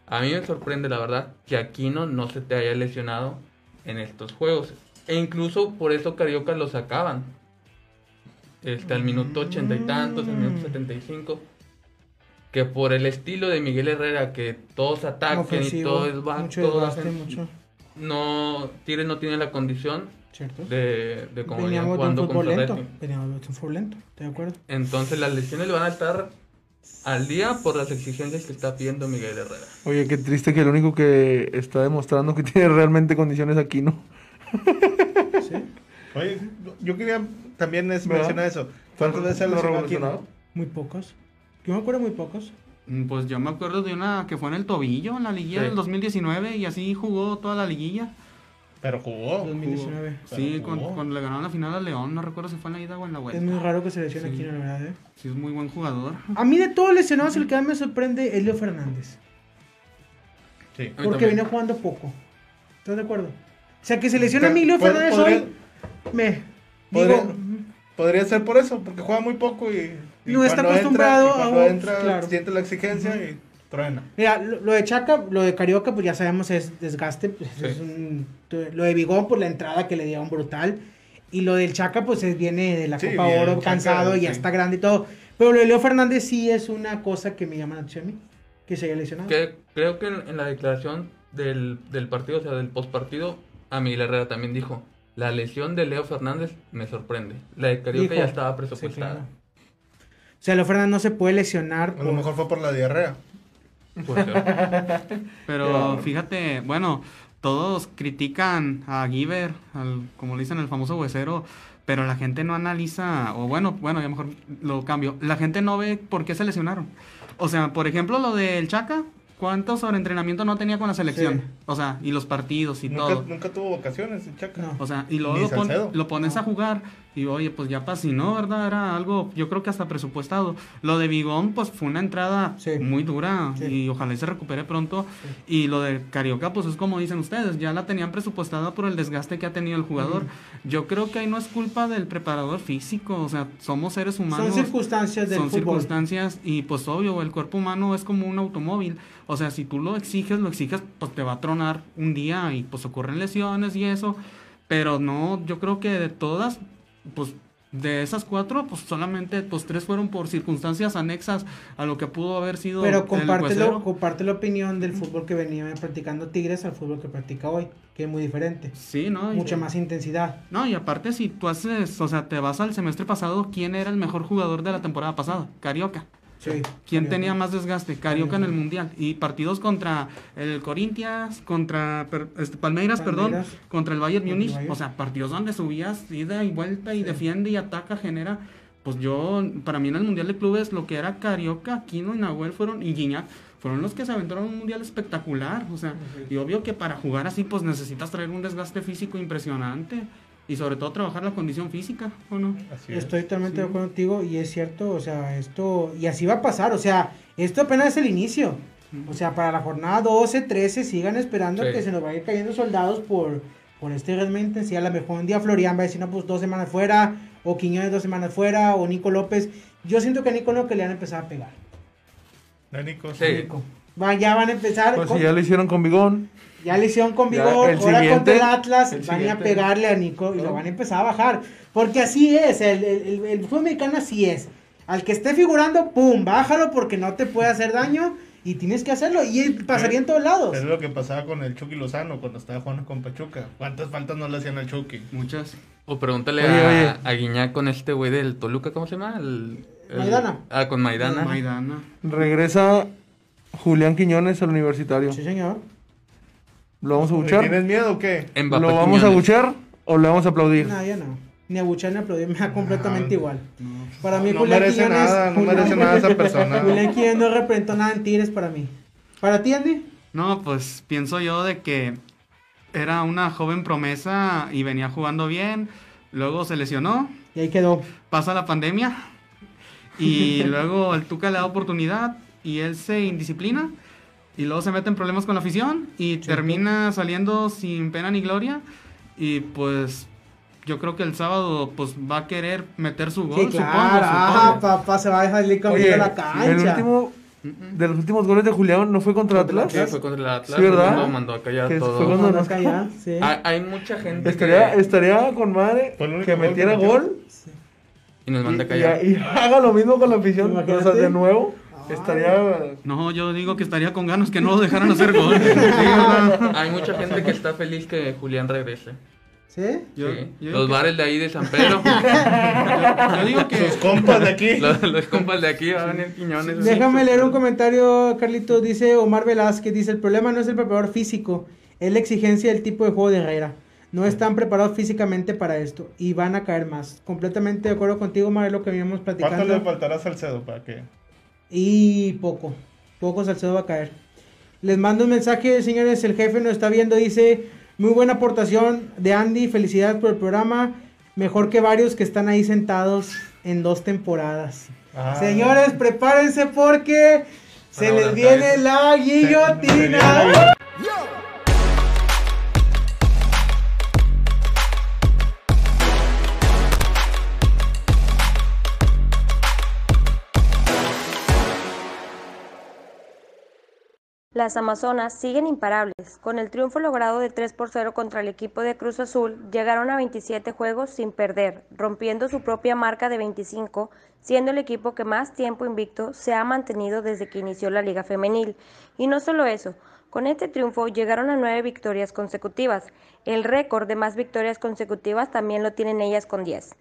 [SPEAKER 5] A mí me sorprende, la verdad, que Aquino no se te haya lesionado en estos juegos. E incluso por eso Carioca lo sacaban. Este, al minuto ochenta y
[SPEAKER 2] Mm.
[SPEAKER 5] tantos, al minuto setenta y cinco. Que por el estilo de Miguel Herrera, que todos ataquen y
[SPEAKER 2] Ofensivo,
[SPEAKER 5] todo es back,
[SPEAKER 2] mucho
[SPEAKER 5] todo
[SPEAKER 2] desgaste,
[SPEAKER 5] hacen-
[SPEAKER 2] mucho.
[SPEAKER 5] No, Tigres no tiene la condición
[SPEAKER 2] ¿Cierto?
[SPEAKER 5] de, de como venían
[SPEAKER 2] Veníamos de un
[SPEAKER 5] jugando
[SPEAKER 2] fútbol
[SPEAKER 5] contra
[SPEAKER 2] lento.
[SPEAKER 5] Racing.
[SPEAKER 2] Veníamos de un fútbol lento, ¿de acuerdo?
[SPEAKER 5] Entonces las lesiones le van a estar al día por las exigencias que está pidiendo Miguel Herrera.
[SPEAKER 4] Oye, qué triste que el único que está demostrando que tiene realmente condiciones aquí, ¿no?
[SPEAKER 2] Sí.
[SPEAKER 3] Oye, yo quería también es
[SPEAKER 4] ¿Verdad?
[SPEAKER 3] mencionar eso. ¿Cuántas veces se
[SPEAKER 4] ¿Lo
[SPEAKER 3] lesionó
[SPEAKER 4] revolucionado?
[SPEAKER 3] Aquino?
[SPEAKER 2] Muy pocos. Yo me acuerdo muy pocos.
[SPEAKER 6] Mm, Pues yo me acuerdo de una que fue en el tobillo, en la liguilla
[SPEAKER 5] Sí.
[SPEAKER 6] del 2019, y así jugó toda la liguilla.
[SPEAKER 3] Pero jugó.
[SPEAKER 2] 2019.
[SPEAKER 3] Pero
[SPEAKER 6] sí,
[SPEAKER 3] jugó.
[SPEAKER 6] con- cuando le ganaron la final a León, no recuerdo si fue en la ida o en la
[SPEAKER 2] Es
[SPEAKER 6] vuelta.
[SPEAKER 2] muy raro que se lesione
[SPEAKER 6] Sí.
[SPEAKER 2] aquí, la verdad. ¿eh?
[SPEAKER 6] Sí, es muy buen jugador.
[SPEAKER 2] A mí de todos lesionados, el que más me sorprende es Leo Fernández.
[SPEAKER 3] Sí.
[SPEAKER 5] A mí
[SPEAKER 2] Porque
[SPEAKER 5] también.
[SPEAKER 2] vino jugando poco. ¿Estás de acuerdo? O sea, que se lesiona a mí Leo
[SPEAKER 3] Pod-
[SPEAKER 2] Fernández
[SPEAKER 3] podría-
[SPEAKER 2] hoy. Me.
[SPEAKER 3] podría-
[SPEAKER 2] Digo,
[SPEAKER 3] Podría ser por eso, porque juega muy poco y, y
[SPEAKER 2] No está
[SPEAKER 3] cuando entra-
[SPEAKER 2] acostumbrado
[SPEAKER 3] y cuando
[SPEAKER 2] a un-
[SPEAKER 3] entra,
[SPEAKER 2] claro.
[SPEAKER 3] siente la exigencia y truena.
[SPEAKER 2] mira, lo, lo de Chaca, lo de Carioca, pues ya sabemos es desgaste. pues,
[SPEAKER 5] Sí.
[SPEAKER 2] es un- lo de Bigón, por la entrada que le dieron brutal. Y lo del Chaca, pues es- viene de la
[SPEAKER 3] Sí,
[SPEAKER 2] Copa
[SPEAKER 3] viene
[SPEAKER 2] Oro,
[SPEAKER 3] el Chaca,
[SPEAKER 2] cansado, ya
[SPEAKER 3] sí.
[SPEAKER 2] está grande y todo. Pero lo de Leo Fernández sí es una cosa que me llama la atención a mí, que se haya lesionado.
[SPEAKER 5] Que- creo que en, en la declaración del, del partido, o sea, del postpartido, a Miguel Herrera también dijo, la lesión de Leo Fernández me sorprende. La de Carioca
[SPEAKER 2] Hijo.
[SPEAKER 5] ya estaba
[SPEAKER 2] Sí, claro.
[SPEAKER 5] presupuestada.
[SPEAKER 2] O sea, Leo Fernández no se puede lesionar.
[SPEAKER 3] A lo
[SPEAKER 2] Por...
[SPEAKER 3] mejor fue por la diarrea.
[SPEAKER 5] Puede ser.
[SPEAKER 6] Pero fíjate, bueno, todos critican a Giver, al, como le dicen el famoso huesero, pero la gente no analiza, o bueno, bueno, ya mejor lo cambio, la gente no ve por qué se lesionaron. O sea, por ejemplo, lo del Chaca, ¿cuánto sobreentrenamiento no tenía con la selección?
[SPEAKER 2] Sí.
[SPEAKER 6] O sea, y los partidos y
[SPEAKER 3] Nunca,
[SPEAKER 6] todo.
[SPEAKER 3] nunca tuvo vocaciones, el Chaca.
[SPEAKER 2] No.
[SPEAKER 6] O sea, y luego
[SPEAKER 3] Ni
[SPEAKER 6] lo, pon-
[SPEAKER 3] Salcedo.
[SPEAKER 6] lo pones a jugar y oye, pues ya pasó, ¿no? ¿Verdad? Era algo, yo creo que hasta presupuestado. Lo de Bigón, pues fue una entrada
[SPEAKER 2] Sí.
[SPEAKER 6] muy dura
[SPEAKER 2] Sí.
[SPEAKER 6] y ojalá y se recupere pronto. Y lo de Carioca, pues es como dicen ustedes, ya la tenían presupuestada por el desgaste que ha tenido el jugador. Yo creo que ahí no es culpa del preparador físico, o sea, somos seres
[SPEAKER 2] Son
[SPEAKER 6] humanos.
[SPEAKER 2] circunstancias del
[SPEAKER 6] Son
[SPEAKER 2] fútbol.
[SPEAKER 6] circunstancias y pues obvio, el cuerpo humano es como un automóvil. O sea, si tú lo exiges, lo exiges, pues te va a tronar un día y pues ocurren lesiones y eso. Pero no, yo creo que de todas, pues de esas cuatro, pues solamente pues tres fueron por circunstancias anexas a lo que pudo haber sido
[SPEAKER 2] Pero
[SPEAKER 6] el
[SPEAKER 2] compártelo,
[SPEAKER 6] huesero.
[SPEAKER 2] comparte la opinión del fútbol que venía practicando Tigres al fútbol que practica hoy, que es muy diferente.
[SPEAKER 6] Sí, ¿no? Y-
[SPEAKER 2] Mucha más intensidad.
[SPEAKER 6] No, y aparte si tú haces, o sea, te vas al semestre pasado, ¿quién era el mejor jugador de la temporada pasada? Carioca.
[SPEAKER 2] Sí,
[SPEAKER 6] ¿Quién
[SPEAKER 2] Carioca.
[SPEAKER 6] tenía más desgaste? Carioca en el Mundial. Y partidos contra el Corinthians, contra per- este, Palmeiras, perdón,
[SPEAKER 2] Palmeiras.
[SPEAKER 6] contra el Bayern
[SPEAKER 2] Contra el
[SPEAKER 6] Múnich.
[SPEAKER 2] Bayern.
[SPEAKER 6] O sea, partidos donde subías ida y vuelta y defiende y ataca, genera. Pues yo, para mí en el Mundial de Clubes, lo que era Carioca, Aquino y Nahuel fueron, y Gignac, fueron los que se aventaron un Mundial espectacular. O sea, y obvio que para jugar así, pues necesitas traer un desgaste físico impresionante. Y sobre todo trabajar la condición física, ¿o no?
[SPEAKER 3] Así es.
[SPEAKER 2] Estoy totalmente de acuerdo contigo y es cierto, o sea, esto, y así va a pasar, o sea, esto apenas es el inicio. O sea, para la jornada 12, 13, sigan esperando
[SPEAKER 5] Sí.
[SPEAKER 2] que se nos vayan cayendo soldados por, por este realmente. Si a lo mejor un día Florian va a decir, no, pues dos semanas fuera, o Quiñones dos semanas fuera, o Nico López. Yo siento que a Nico López le han empezado a pegar.
[SPEAKER 3] Danico,
[SPEAKER 5] Sí.
[SPEAKER 3] sí.
[SPEAKER 2] Va, ya van a empezar,
[SPEAKER 4] Pues
[SPEAKER 2] con-
[SPEAKER 4] si
[SPEAKER 2] ya...
[SPEAKER 4] ya lo hicieron con Bigón.
[SPEAKER 2] le hicieron con
[SPEAKER 4] Ya,
[SPEAKER 2] vigor,
[SPEAKER 4] el
[SPEAKER 2] ahora
[SPEAKER 4] siguiente,
[SPEAKER 2] contra el Atlas,
[SPEAKER 5] el
[SPEAKER 2] van a ir a
[SPEAKER 5] siguiente.
[SPEAKER 2] pegarle a Nico y lo van a empezar a bajar. Porque así es, el, el, el- el fútbol mexicano así es. Al que esté figurando, pum, bájalo porque no te puede hacer daño y tienes que hacerlo. Y él pasaría en todos lados.
[SPEAKER 3] Pero es lo que pasaba con el Chucky Lozano cuando estaba jugando con Pachuca. ¿Cuántas faltas no le hacían al Chucky?
[SPEAKER 6] Muchas.
[SPEAKER 5] O pregúntale
[SPEAKER 4] Oye,
[SPEAKER 5] a,
[SPEAKER 4] oye.
[SPEAKER 5] a Guiñac con este güey del Toluca, ¿cómo se llama? El, el-
[SPEAKER 2] Maidana.
[SPEAKER 5] Ah, con Maidana.
[SPEAKER 6] Maidana.
[SPEAKER 4] Regresa Julián Quiñones al universitario.
[SPEAKER 2] Sí, señor.
[SPEAKER 4] ¿Lo vamos a
[SPEAKER 3] Oye,
[SPEAKER 4] buchar?
[SPEAKER 3] ¿Tienes miedo o qué?
[SPEAKER 5] Mbappé
[SPEAKER 4] ¿Lo vamos a
[SPEAKER 5] Quiñones.
[SPEAKER 4] buchar o le vamos a aplaudir?
[SPEAKER 2] No, yo no. Ni abuchar ni aplaudir, me da completamente igual. Para mí,
[SPEAKER 3] no
[SPEAKER 2] Julián
[SPEAKER 3] merece
[SPEAKER 2] Quiñones-
[SPEAKER 3] nada, no
[SPEAKER 2] Julián-
[SPEAKER 3] merece nada esa persona.
[SPEAKER 2] Julián Quiñones no representó nada en Tigres para mí. ¿Para ti, Andy?
[SPEAKER 6] No, pues pienso yo de que era una joven promesa y venía jugando bien. Luego se lesionó,
[SPEAKER 2] Y ahí quedó.
[SPEAKER 6] pasa la pandemia y luego el Tuca le da oportunidad y él se indisciplina y luego se mete en problemas con la afición y termina saliendo sin pena ni gloria y pues yo creo que el sábado pues va a querer meter su gol,
[SPEAKER 2] Sí,
[SPEAKER 6] supongo,
[SPEAKER 2] claro. Ah,
[SPEAKER 6] supongo.
[SPEAKER 2] papá, se va a dejar ir
[SPEAKER 4] Oye,
[SPEAKER 2] conmigo a la cancha.
[SPEAKER 4] el último de los últimos goles de Julián no fue contra Atlas.
[SPEAKER 5] Sí, fue contra el Atlas.
[SPEAKER 4] Sí, ¿verdad?
[SPEAKER 5] Lo mandó a callar
[SPEAKER 4] Que
[SPEAKER 5] a
[SPEAKER 4] fue
[SPEAKER 5] todos.
[SPEAKER 4] cuando-
[SPEAKER 2] No, Ah. no, calla, sí.
[SPEAKER 5] Hay, hay mucha gente
[SPEAKER 4] Estaría,
[SPEAKER 5] que...
[SPEAKER 4] estaría con madre
[SPEAKER 3] Fue el único
[SPEAKER 4] que
[SPEAKER 3] gol que
[SPEAKER 4] metiera
[SPEAKER 3] metió.
[SPEAKER 4] gol
[SPEAKER 5] y nos manda a
[SPEAKER 4] y-
[SPEAKER 5] callar.
[SPEAKER 4] y, y haga lo mismo con la afición.
[SPEAKER 2] Imagínate.
[SPEAKER 4] O sea, de nuevo, estaría.
[SPEAKER 6] No, yo digo que estaría con ganas que no lo dejaran hacer gol.
[SPEAKER 5] Hay mucha gente que está feliz que Julián regrese.
[SPEAKER 2] ¿Sí?
[SPEAKER 6] Yo-
[SPEAKER 5] Sí.
[SPEAKER 6] yo
[SPEAKER 5] Los
[SPEAKER 6] digo
[SPEAKER 5] bares de ahí de San Pedro,
[SPEAKER 6] que- yo digo que
[SPEAKER 3] Sus compas de aquí.
[SPEAKER 5] los, los compas de aquí van a venir Quiñones.
[SPEAKER 2] Déjame leer un comentario, Carlitos. Dice Omar Velázquez, dice, el problema no es el preparador físico, es la exigencia del tipo de juego de Herrera. No están preparados físicamente para esto y van a caer más. Completamente de acuerdo contigo, Omar, es lo que veníamos
[SPEAKER 3] ¿Cuánto le
[SPEAKER 2] platicando.
[SPEAKER 3] faltará a Salcedo para que?
[SPEAKER 2] Y poco, poco Salcedo va a caer. Les mando un mensaje, señores, el jefe nos está viendo, dice, muy buena aportación de Andy, felicidades por el programa, mejor que varios que están ahí sentados en dos temporadas.
[SPEAKER 3] Ah.
[SPEAKER 2] Señores, prepárense porque se
[SPEAKER 5] Van a
[SPEAKER 2] les
[SPEAKER 5] abrazar
[SPEAKER 2] viene
[SPEAKER 5] eso.
[SPEAKER 2] la
[SPEAKER 3] Se- se viene
[SPEAKER 2] guillotina.
[SPEAKER 3] la-
[SPEAKER 7] Las Amazonas siguen imparables. Con el triunfo logrado de 3 por 0 contra el equipo de Cruz Azul, llegaron a 27 juegos sin perder, rompiendo su propia marca de 25, siendo el equipo que más tiempo invicto se ha mantenido desde que inició la Liga Femenil. Y no solo eso, con este triunfo llegaron a nueve victorias consecutivas. El récord de más victorias consecutivas también lo tienen ellas con 10.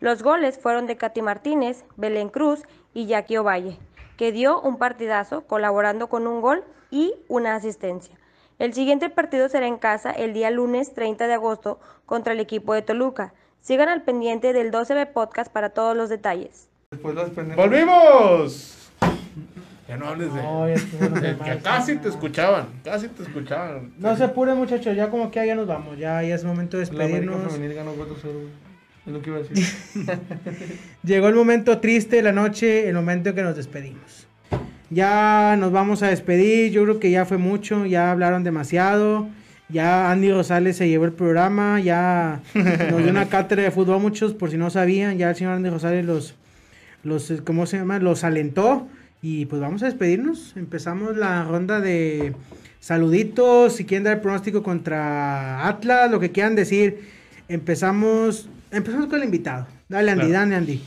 [SPEAKER 7] Los goles fueron de Katy Martínez, Belén Cruz y Jackie Ovalle, que dio un partidazo colaborando con un gol y una asistencia. El siguiente partido será en casa el día lunes 30 de agosto contra el equipo de Toluca. Sigan al pendiente del 12B Podcast para todos los detalles.
[SPEAKER 4] Después las pendejas.
[SPEAKER 3] ¡Volvimos! Ya no hables de.
[SPEAKER 2] No, ya estuvo lo
[SPEAKER 3] de-
[SPEAKER 2] demás.
[SPEAKER 3] que casi te escuchaban, casi te escuchaban.
[SPEAKER 2] No se apuren muchachos, ya como que ah, ya nos vamos, ya, ya es momento de
[SPEAKER 4] La América
[SPEAKER 2] despedirnos.
[SPEAKER 4] Femenil ganó 4-0. güey. Es lo que iba a decir.
[SPEAKER 2] Llegó el momento triste de la noche, el momento en que nos despedimos. Ya nos vamos a despedir, yo creo que ya fue mucho, ya hablaron demasiado, ya Andy Rosales se llevó el programa, ya nos dio una cátedra de fútbol a muchos, por si no sabían, ya el señor Andy Rosales los, los eh, ¿cómo se llama? Los alentó y pues vamos a despedirnos. Empezamos la ronda de saluditos, si quieren dar el pronóstico contra Atlas, lo que quieran decir. Empezamos, empezamos con el invitado. Dale Andy,
[SPEAKER 3] Claro.
[SPEAKER 2] dale Andy.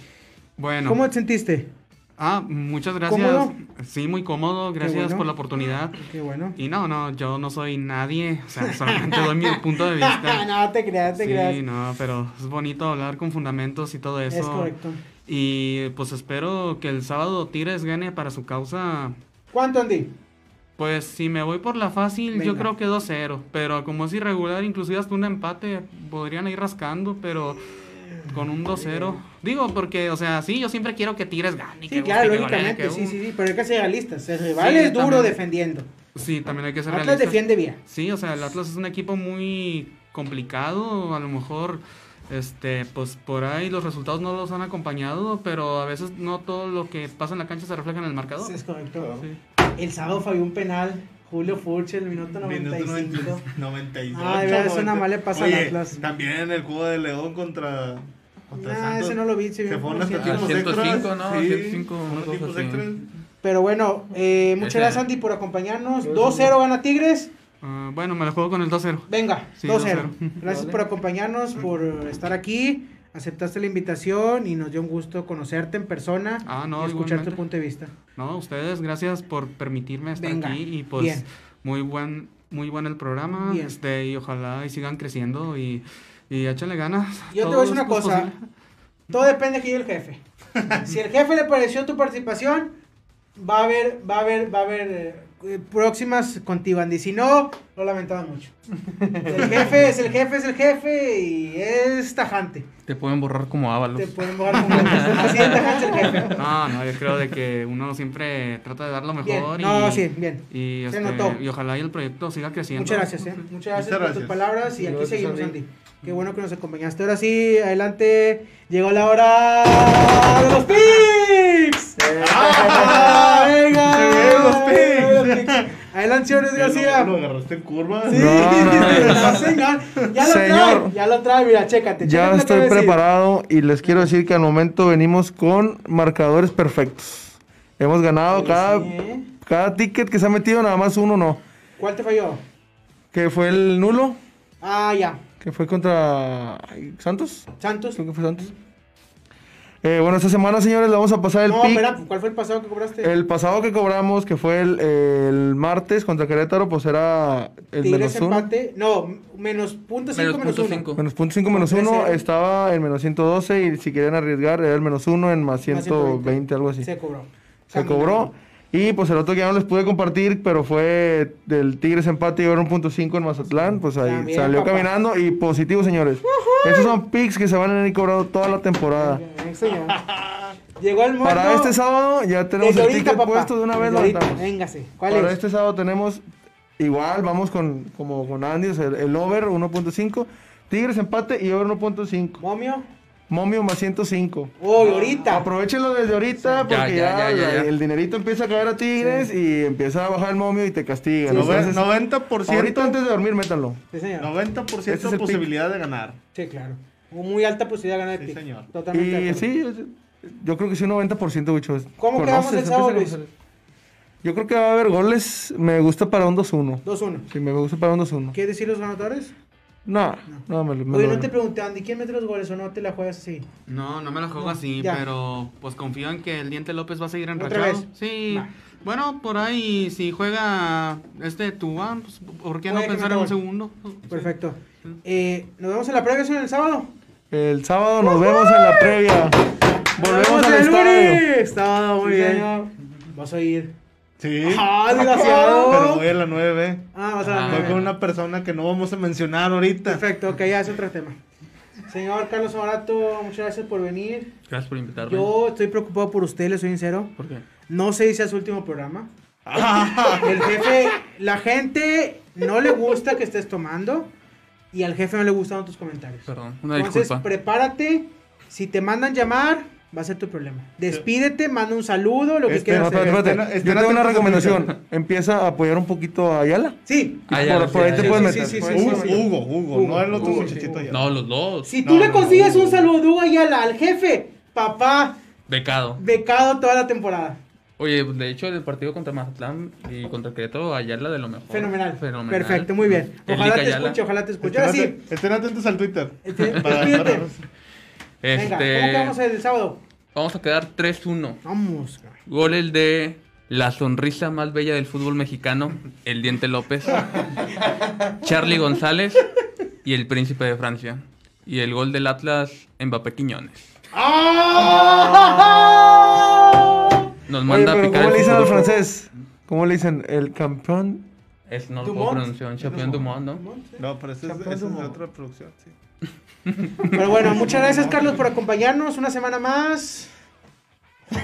[SPEAKER 6] bueno.
[SPEAKER 2] ¿Cómo te sentiste?
[SPEAKER 6] Ah, muchas gracias.
[SPEAKER 2] ¿Cómodo?
[SPEAKER 6] Sí, muy cómodo. Gracias
[SPEAKER 2] bueno.
[SPEAKER 6] por la oportunidad.
[SPEAKER 2] Qué bueno.
[SPEAKER 6] Y no, no, yo no soy nadie. O sea, solamente doy mi punto de vista.
[SPEAKER 2] no, te creas, te creas.
[SPEAKER 6] Sí, no, pero es bonito hablar con fundamentos y todo eso.
[SPEAKER 2] Es correcto.
[SPEAKER 6] Y pues espero que el sábado Tigres gane para su causa.
[SPEAKER 2] ¿Cuánto Andy?
[SPEAKER 6] Pues si me voy por la fácil, yo
[SPEAKER 2] Venga.
[SPEAKER 6] creo que 2-0. Pero como es irregular, inclusive hasta un empate, podrían ir rascando, pero con un 2-0. Digo, porque, o sea, sí, yo siempre quiero que Tigres gane. que
[SPEAKER 2] Sí,
[SPEAKER 6] guste,
[SPEAKER 2] claro,
[SPEAKER 6] que golee, que
[SPEAKER 2] lógicamente, sí,
[SPEAKER 6] un-
[SPEAKER 2] sí, sí, pero hay que ser realistas. El rival es duro
[SPEAKER 6] también.
[SPEAKER 2] defendiendo.
[SPEAKER 6] Sí, también hay que ser
[SPEAKER 2] Atlas
[SPEAKER 6] realistas.
[SPEAKER 2] defiende bien.
[SPEAKER 6] Sí, o sea, el Atlas es un equipo muy complicado, a lo mejor Este, pues por ahí los resultados no los han acompañado, pero a veces no todo lo que pasa en la cancha se refleja en el marcador.
[SPEAKER 2] Sí, es correcto.
[SPEAKER 6] Sí.
[SPEAKER 2] El sábado falló un penal. Julio Furch, el minuto 95.
[SPEAKER 3] Minuto 92.
[SPEAKER 2] Ay, vea, eso nada más le pasa al
[SPEAKER 3] Oye,
[SPEAKER 2] Atlas.
[SPEAKER 3] También en el juego de León contra. contra
[SPEAKER 2] Nah,
[SPEAKER 3] Santos,
[SPEAKER 2] ese no lo vi, sí,
[SPEAKER 3] Que
[SPEAKER 2] bien,
[SPEAKER 3] fueron
[SPEAKER 2] por
[SPEAKER 3] hasta
[SPEAKER 2] cierto.
[SPEAKER 3] tiempos
[SPEAKER 5] Ah, 105,
[SPEAKER 3] extras,
[SPEAKER 5] ¿no?
[SPEAKER 3] sí,
[SPEAKER 5] 105, una
[SPEAKER 3] fueron
[SPEAKER 5] cosa
[SPEAKER 3] tiempos
[SPEAKER 5] así.
[SPEAKER 3] extras.
[SPEAKER 2] Pero bueno, eh, muchas
[SPEAKER 5] Ese-
[SPEAKER 2] gracias, Andy, por acompañarnos. 2-0 gana Tigres.
[SPEAKER 6] Ah, bueno, me la juego con el 2-0.
[SPEAKER 2] Venga,
[SPEAKER 6] Sí,
[SPEAKER 2] 2-0.
[SPEAKER 6] 2-0.
[SPEAKER 2] Gracias por acompañarnos, por estar aquí. Aceptaste la invitación y nos dio un gusto conocerte en persona
[SPEAKER 6] Ah, no,
[SPEAKER 2] y escuchar
[SPEAKER 6] igualmente.
[SPEAKER 2] tu punto de vista.
[SPEAKER 6] No, ustedes, gracias por permitirme estar
[SPEAKER 2] Venga,
[SPEAKER 6] aquí y pues
[SPEAKER 2] bien.
[SPEAKER 6] muy buen muy buen el programa,
[SPEAKER 2] Bien.
[SPEAKER 6] este y ojalá y sigan creciendo y y échale ganas.
[SPEAKER 2] Yo te voy a
[SPEAKER 6] Todo
[SPEAKER 2] decir una
[SPEAKER 6] es
[SPEAKER 2] cosa.
[SPEAKER 6] posible.
[SPEAKER 2] Todo depende de que llegue el jefe. Si el jefe le pareció tu participación, va a haber, va a haber, va a haber eh, próximas contigo, Andy. Si no, lo lamentamos mucho. El jefe es el jefe, es el jefe y es tajante.
[SPEAKER 5] Te pueden borrar como Ábalos.
[SPEAKER 2] Te pueden borrar como así de tajante es el jefe.
[SPEAKER 6] No, no, yo creo de que uno siempre trata de dar lo
[SPEAKER 2] Bien,
[SPEAKER 6] mejor y
[SPEAKER 2] no, sí, bien.
[SPEAKER 6] y,
[SPEAKER 2] Se
[SPEAKER 6] este,
[SPEAKER 2] notó.
[SPEAKER 6] y ojalá y el proyecto siga creciendo.
[SPEAKER 2] Muchas gracias, eh. Muchas gracias por tus
[SPEAKER 3] gracias.
[SPEAKER 2] palabras y aquí
[SPEAKER 4] Gracias,
[SPEAKER 2] seguimos,
[SPEAKER 4] Andy.
[SPEAKER 2] Andy. Qué bueno que nos acompañaste. Ahora sí, adelante. Llegó la hora de los picks.
[SPEAKER 4] Eh.
[SPEAKER 2] Ah,
[SPEAKER 3] Llegaron los
[SPEAKER 2] venga.
[SPEAKER 3] picks.
[SPEAKER 2] Adelante, señores
[SPEAKER 3] Ya
[SPEAKER 2] García.
[SPEAKER 3] Lo, lo agarraste en curva.
[SPEAKER 2] Sí,
[SPEAKER 4] No, no,
[SPEAKER 2] sí, señor. Ya lo trae,
[SPEAKER 4] Señor.
[SPEAKER 2] ya lo trae, mira, chécate.
[SPEAKER 4] Ya
[SPEAKER 2] chécate lo que
[SPEAKER 4] estoy
[SPEAKER 2] voy a decir.
[SPEAKER 4] preparado y les quiero decir que al momento venimos con marcadores perfectos. Hemos ganado
[SPEAKER 2] Oye,
[SPEAKER 4] cada,
[SPEAKER 2] sí, ¿eh?
[SPEAKER 4] cada ticket que se ha metido, nada más uno no.
[SPEAKER 2] ¿Cuál te falló?
[SPEAKER 4] Que fue el nulo,
[SPEAKER 2] Ah, ya.
[SPEAKER 4] que fue contra ay, Santos.
[SPEAKER 2] Santos.
[SPEAKER 4] Creo que fue Santos. Eh, bueno, esta semana, señores, le vamos a pasar el
[SPEAKER 2] no,
[SPEAKER 4] pick.
[SPEAKER 2] espera, ¿cuál fue el pasado que cobraste?
[SPEAKER 4] El pasado que cobramos, que fue el, el martes contra Querétaro, pues era el
[SPEAKER 2] Tigres
[SPEAKER 4] menos uno.
[SPEAKER 2] empate. No, menos punto cinco,
[SPEAKER 5] Menos
[SPEAKER 2] menos
[SPEAKER 5] punto
[SPEAKER 2] uno.
[SPEAKER 5] cinco.
[SPEAKER 4] Menos punto cinco, menos uno.
[SPEAKER 2] 13.
[SPEAKER 4] Estaba el menos 112 y si querían arriesgar era el menos uno en más
[SPEAKER 2] Más
[SPEAKER 4] 120, algo así.
[SPEAKER 2] Se cobró.
[SPEAKER 4] Se cobró. Y pues el otro que ya no les pude compartir, pero fue del Tigres empate y era un punto cinco en Mazatlán. Pues ahí
[SPEAKER 2] También,
[SPEAKER 4] salió
[SPEAKER 2] papá.
[SPEAKER 4] caminando y positivo, señores. Esos son picks que se van a ir cobrando toda la temporada.
[SPEAKER 2] Bien, señor. Llegó el muerto.
[SPEAKER 4] Para este sábado ya tenemos
[SPEAKER 2] Desde
[SPEAKER 4] el
[SPEAKER 2] ahorita,
[SPEAKER 4] ticket
[SPEAKER 2] papá.
[SPEAKER 4] puesto de una
[SPEAKER 2] Desde
[SPEAKER 4] vez. lo
[SPEAKER 2] ahorita.
[SPEAKER 4] aventamos.
[SPEAKER 2] Véngase. ¿Cuál
[SPEAKER 4] Para
[SPEAKER 2] es?
[SPEAKER 4] este sábado tenemos igual, vamos con como con Andy, o sea, el over 1.5, Tigres empate y over 1.5,
[SPEAKER 2] ¿Momio? Oh,
[SPEAKER 4] Momio más 105.
[SPEAKER 2] Uy, ahorita.
[SPEAKER 4] Aprovechenlo desde ahorita
[SPEAKER 5] Ya,
[SPEAKER 4] porque
[SPEAKER 5] ya,
[SPEAKER 4] ya,
[SPEAKER 5] ya, ya,
[SPEAKER 4] la-
[SPEAKER 5] ya.
[SPEAKER 4] el dinerito empieza a caer a Tigres y empieza a bajar el momio y te castigan.
[SPEAKER 3] Nove-
[SPEAKER 4] Entonces,
[SPEAKER 3] 90%,
[SPEAKER 4] ahorita antes de dormir, métanlo.
[SPEAKER 2] Sí, señor.
[SPEAKER 3] 90%
[SPEAKER 4] Ese es el
[SPEAKER 3] posibilidad de ganar.
[SPEAKER 2] Sí, claro. Con Muy alta posibilidad de ganar el
[SPEAKER 3] Sí,
[SPEAKER 2] pick.
[SPEAKER 3] señor.
[SPEAKER 2] Totalmente. de
[SPEAKER 4] Y
[SPEAKER 2] acuerdo.
[SPEAKER 4] sí, yo, yo creo que sí un 90%, bicho.
[SPEAKER 2] ¿Cómo quedamos el
[SPEAKER 4] Conoces,
[SPEAKER 2] sábado,
[SPEAKER 4] empieza a
[SPEAKER 2] Luis?
[SPEAKER 4] conocer. Yo creo que va a haber goles, me gusta para un 2-1.
[SPEAKER 2] 2-1.
[SPEAKER 4] Sí, me gusta para un 2-1.
[SPEAKER 2] ¿Quieres decir los anotadores?
[SPEAKER 4] No, no, me, lo- me
[SPEAKER 2] Oye,
[SPEAKER 4] lo-
[SPEAKER 2] no te pregunté, Andy, ¿quién mete los goles o no te la juegas así?
[SPEAKER 6] No, no me la juego así,
[SPEAKER 2] ya.
[SPEAKER 6] pero pues confío en que el Diente López va a seguir
[SPEAKER 2] ¿Otra
[SPEAKER 6] enrachado.
[SPEAKER 2] vez?
[SPEAKER 6] Sí.
[SPEAKER 2] Va.
[SPEAKER 6] Bueno, por ahí si juega este Tubán, pues, ¿por qué no
[SPEAKER 2] Puede que
[SPEAKER 6] pensar
[SPEAKER 2] meta
[SPEAKER 6] en
[SPEAKER 2] gol.
[SPEAKER 6] un segundo?
[SPEAKER 2] Perfecto. Eh, Nos vemos en la previa señor, el sábado.
[SPEAKER 4] El sábado nos vemos en la previa. Volvemos al estadio.
[SPEAKER 2] Estaba muy
[SPEAKER 4] Sí,
[SPEAKER 2] bien.
[SPEAKER 4] señor.
[SPEAKER 2] Vas a ir.
[SPEAKER 3] Sí.
[SPEAKER 2] ¡Ah,
[SPEAKER 3] Pero
[SPEAKER 2] desgraciado!
[SPEAKER 3] voy a la 9.
[SPEAKER 2] Ah, vas a la
[SPEAKER 3] Voy
[SPEAKER 2] nueve.
[SPEAKER 3] con una persona que no vamos a mencionar ahorita.
[SPEAKER 2] Perfecto, ok, ya es otro tema. Señor Carlos Morato, muchas gracias por venir.
[SPEAKER 5] Gracias por invitarme.
[SPEAKER 2] Yo estoy preocupado por usted, le soy sincero.
[SPEAKER 5] ¿Por qué?
[SPEAKER 2] No sé si sea su último programa.
[SPEAKER 3] Ah,
[SPEAKER 2] El jefe, la gente no le gusta que estés tomando y al jefe no le gustan tus comentarios.
[SPEAKER 5] Perdón, una
[SPEAKER 2] Entonces,
[SPEAKER 5] disculpa.
[SPEAKER 2] prepárate. Si te mandan llamar, va a ser tu problema. Despídete, manda un saludo, lo que
[SPEAKER 3] Este,
[SPEAKER 2] quieras
[SPEAKER 4] No,
[SPEAKER 2] hacer.
[SPEAKER 4] espérate, espérate.
[SPEAKER 3] Estén- estén
[SPEAKER 4] Yo tengo una
[SPEAKER 3] atentos a
[SPEAKER 4] recomendación. Empieza a apoyar un poquito a Ayala.
[SPEAKER 2] Sí.
[SPEAKER 5] Ah, ya,
[SPEAKER 4] por,
[SPEAKER 5] sí,
[SPEAKER 4] por ahí
[SPEAKER 5] ya,
[SPEAKER 4] te
[SPEAKER 5] ya,
[SPEAKER 4] puedes
[SPEAKER 2] sí,
[SPEAKER 4] meter.
[SPEAKER 2] sí, sí,
[SPEAKER 4] puedes-
[SPEAKER 3] Hugo,
[SPEAKER 2] sí.
[SPEAKER 3] Hugo, Hugo, no el otro muchachito ya.
[SPEAKER 5] No, los dos.
[SPEAKER 2] Si
[SPEAKER 3] No,
[SPEAKER 2] tú le
[SPEAKER 3] no,
[SPEAKER 2] consigues
[SPEAKER 3] no.
[SPEAKER 2] un saludo a Ayala al jefe, papá,
[SPEAKER 5] Becado.
[SPEAKER 2] becado toda la temporada.
[SPEAKER 5] Oye, de hecho, el partido contra Mazatlán y contra Querétaro, Ayala de lo mejor.
[SPEAKER 2] Fenomenal.
[SPEAKER 5] Fenomenal.
[SPEAKER 2] Perfecto, muy bien.
[SPEAKER 5] El
[SPEAKER 2] Ojalá
[SPEAKER 5] Lic
[SPEAKER 2] te
[SPEAKER 5] Ayala.
[SPEAKER 2] escuche, ojalá te escuche.
[SPEAKER 3] Estén,
[SPEAKER 2] Ahora
[SPEAKER 3] aten-
[SPEAKER 2] sí.
[SPEAKER 3] estén atentos al Twitter.
[SPEAKER 2] este,
[SPEAKER 3] Para-
[SPEAKER 2] despídete.
[SPEAKER 3] para-
[SPEAKER 5] Este,
[SPEAKER 2] Venga, ¿cómo quedamos el sábado?
[SPEAKER 5] Vamos a quedar 3-1.
[SPEAKER 2] Vamos. cabrón.
[SPEAKER 5] Gol el de la sonrisa más bella del fútbol mexicano, el Diente López, Charlie González y el Príncipe de Francia. Y el gol del Atlas, Mbappé Quiñones.
[SPEAKER 2] ¡Ah!
[SPEAKER 5] Nos
[SPEAKER 4] Oye,
[SPEAKER 5] manda
[SPEAKER 4] pero
[SPEAKER 5] a picar
[SPEAKER 4] ¿cómo
[SPEAKER 5] el
[SPEAKER 4] le dicen al
[SPEAKER 5] futuro.
[SPEAKER 4] francés? ¿cómo le dicen? El campeón.
[SPEAKER 5] Es, no lo
[SPEAKER 2] Dumont.
[SPEAKER 5] puedo pronunciar, un Champion Dumont, ¿no?
[SPEAKER 3] No, pero esa es, esa es de otra producción. sí.
[SPEAKER 2] Pero bueno, muchas gracias Carlos por acompañarnos una semana más.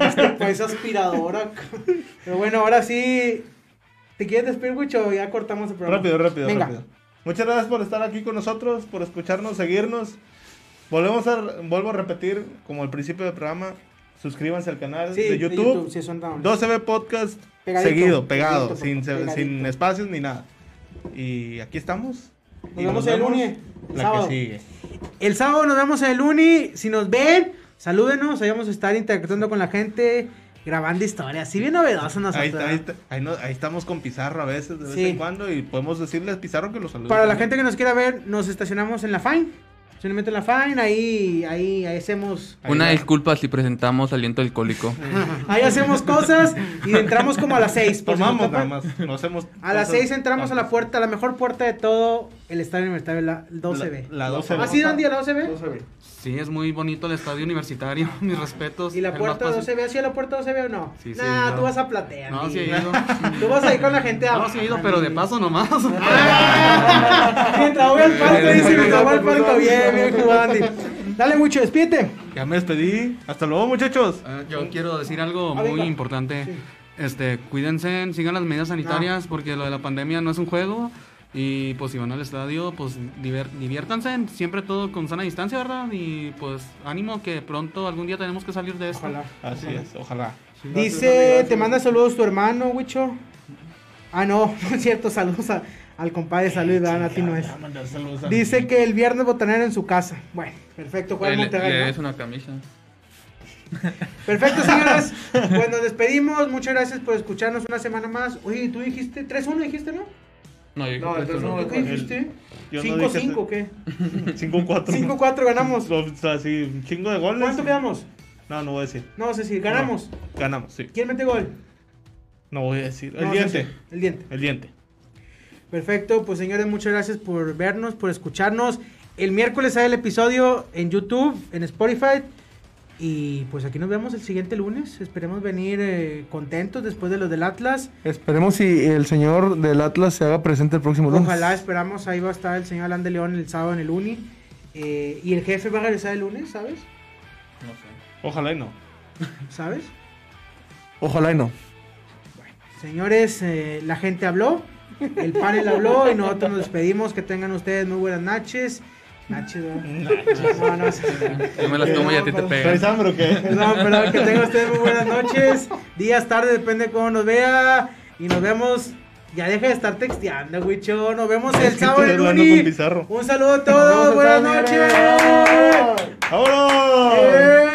[SPEAKER 2] este país aspiradora. Pero bueno, ahora sí. ¿Te quieres despedir, Gucho? Ya cortamos el programa.
[SPEAKER 3] Rápido, rápido,
[SPEAKER 2] Venga.
[SPEAKER 3] rápido. Muchas gracias por estar aquí con nosotros, por escucharnos, seguirnos. Volvemos a, vuelvo a repetir, como al principio del programa, suscríbanse al canal
[SPEAKER 2] Sí,
[SPEAKER 3] de YouTube.
[SPEAKER 2] sí, son down.
[SPEAKER 3] 12B Podcast
[SPEAKER 2] Pegadito,
[SPEAKER 3] seguido, pegado,
[SPEAKER 2] pegadito,
[SPEAKER 3] sin, se-
[SPEAKER 2] pegadito.
[SPEAKER 3] sin espacios ni nada. Y aquí estamos.
[SPEAKER 2] Nos
[SPEAKER 3] Y
[SPEAKER 2] vemos el lunes,
[SPEAKER 3] La
[SPEAKER 2] sábado.
[SPEAKER 3] que sigue.
[SPEAKER 2] El sábado nos vemos en el Uni. Si nos ven, salúdenos. Ahí vamos a estar interactuando con la gente, grabando historias. Si bien novedoso nosotros.
[SPEAKER 3] Ahí, está- ahí,
[SPEAKER 2] ¿verdad?
[SPEAKER 3] está- ahí no- ahí estamos con Pizarro a veces, de vez
[SPEAKER 2] Sí.
[SPEAKER 3] en cuando, y podemos decirle a Pizarro que lo salude.
[SPEAKER 2] Para la
[SPEAKER 3] también.
[SPEAKER 2] gente que nos quiera ver, nos estacionamos en la Fine. Estacionamiento en la Fine. Ahí, ahí, ahí hacemos.
[SPEAKER 3] Ahí
[SPEAKER 5] Una
[SPEAKER 3] va.
[SPEAKER 5] disculpa si presentamos aliento alcohólico.
[SPEAKER 2] Ahí hacemos cosas y entramos como a las 6.
[SPEAKER 3] Tomamos nada más, no hacemos
[SPEAKER 2] A las
[SPEAKER 3] cosas
[SPEAKER 2] 6 entramos a la
[SPEAKER 3] tantas.
[SPEAKER 2] puerta, a la mejor puerta de todo el estadio universitario, la 12B.
[SPEAKER 3] La, la 12B.
[SPEAKER 2] ¿Has ido un día a la 12B?
[SPEAKER 6] Sí, es muy bonito el estadio universitario, mis respetos.
[SPEAKER 2] ¿Y la
[SPEAKER 6] el
[SPEAKER 2] puerta
[SPEAKER 6] más fácil-
[SPEAKER 2] 12B? ¿Has ido a la puerta 12B o no?
[SPEAKER 6] Sí, sí,
[SPEAKER 2] nah,
[SPEAKER 6] no.
[SPEAKER 2] tú vas a platear.
[SPEAKER 6] No, sí he
[SPEAKER 2] amigo.
[SPEAKER 6] ido.
[SPEAKER 2] Tú vas a ir con la gente a.
[SPEAKER 6] No, sí he ido, pero de paso nomás. Ah,
[SPEAKER 2] Mientras voy al palco, dice, mientras voy al palco, bien, bien jugando. Dale mucho, despídete.
[SPEAKER 3] Ya me despedí. Hasta luego, muchachos.
[SPEAKER 6] Eh, Yo quiero decir algo
[SPEAKER 2] Ah,
[SPEAKER 6] muy
[SPEAKER 2] venga.
[SPEAKER 6] importante.
[SPEAKER 2] Sí. Ah.
[SPEAKER 6] Este, cuídense, sigan las medidas sanitarias porque lo de la pandemia no es un juego. Y pues si van al estadio, pues diver- diviértanse, siempre todo con sana distancia, ¿verdad? Y pues ánimo que pronto algún día tenemos que salir de esto.
[SPEAKER 2] Ojalá.
[SPEAKER 3] Así es, ojalá.
[SPEAKER 2] Dice, te manda saludos tu hermano, Wicho. Ah, no, no es cierto, saludos a- al compadre, saludos, ¿verdad? a ti no es. Dice que el viernes botanero en su casa. Bueno, perfecto, Juan
[SPEAKER 5] Le,
[SPEAKER 2] Monterrey.
[SPEAKER 5] le
[SPEAKER 6] eh,
[SPEAKER 2] ¿no?
[SPEAKER 5] des una camisa.
[SPEAKER 2] Perfecto, señoras. pues nos despedimos. Muchas gracias por escucharnos una semana más. Oye, tú dijiste 3-1, dijiste, ¿no?
[SPEAKER 5] No, yo
[SPEAKER 4] No,
[SPEAKER 5] creo que
[SPEAKER 4] entonces
[SPEAKER 5] eso no.
[SPEAKER 4] no-
[SPEAKER 2] ¿Tú qué
[SPEAKER 4] el-
[SPEAKER 2] dijiste?
[SPEAKER 3] yo no
[SPEAKER 2] 5-5,
[SPEAKER 3] dije-
[SPEAKER 2] o ¿qué?
[SPEAKER 3] 5-4.
[SPEAKER 2] 5-4 ganamos.
[SPEAKER 3] O sea, sí, un chingo de goles.
[SPEAKER 2] ¿Cuánto quedamos?
[SPEAKER 3] No, no voy a decir.
[SPEAKER 2] No sé si ganamos.
[SPEAKER 3] Ganamos, sí.
[SPEAKER 2] ¿Quién mete gol?
[SPEAKER 3] No voy a decir. El
[SPEAKER 2] No,
[SPEAKER 3] diente.
[SPEAKER 2] Ceci, El diente.
[SPEAKER 3] El diente.
[SPEAKER 2] Perfecto, pues señores, muchas gracias por vernos, por escucharnos. El miércoles hay el episodio en YouTube, en Spotify. Y pues aquí nos vemos el siguiente lunes. Esperemos venir eh, contentos después de los del Atlas.
[SPEAKER 4] Esperemos si el señor del Atlas se haga presente el próximo lunes.
[SPEAKER 2] Ojalá, esperamos. Ahí va a estar el señor Alan de León el sábado en el Uni. Eh, y el jefe va a regresar el lunes, ¿sabes?
[SPEAKER 5] No sé.
[SPEAKER 3] Ojalá y no.
[SPEAKER 2] ¿Sabes?
[SPEAKER 4] Ojalá y no.
[SPEAKER 2] Señores, eh, la gente habló, el panel habló y nosotros nos despedimos. Que tengan ustedes muy buenas noches. Naches, ¿verdad? No, no, es-
[SPEAKER 5] Yo me las tomo y a ti te
[SPEAKER 2] Perdón,
[SPEAKER 5] pegan.
[SPEAKER 3] ¿Traes hambre o qué?
[SPEAKER 2] Perdón, perdón, que tengan ustedes muy buenas noches, días, tarde, depende de cómo nos vea. Y nos vemos. Ya deja de estar texteando, Wicho. Nos vemos el
[SPEAKER 3] que
[SPEAKER 2] sábado
[SPEAKER 3] estoy
[SPEAKER 2] en
[SPEAKER 3] hablando
[SPEAKER 2] Uni.
[SPEAKER 3] con Pizarro.
[SPEAKER 2] Un saludo a
[SPEAKER 4] Nos vemos
[SPEAKER 2] todos,
[SPEAKER 4] el
[SPEAKER 2] buenas
[SPEAKER 4] sábado,
[SPEAKER 2] noches.
[SPEAKER 4] señores.
[SPEAKER 3] ¡Vámonos!
[SPEAKER 2] ¡Eh!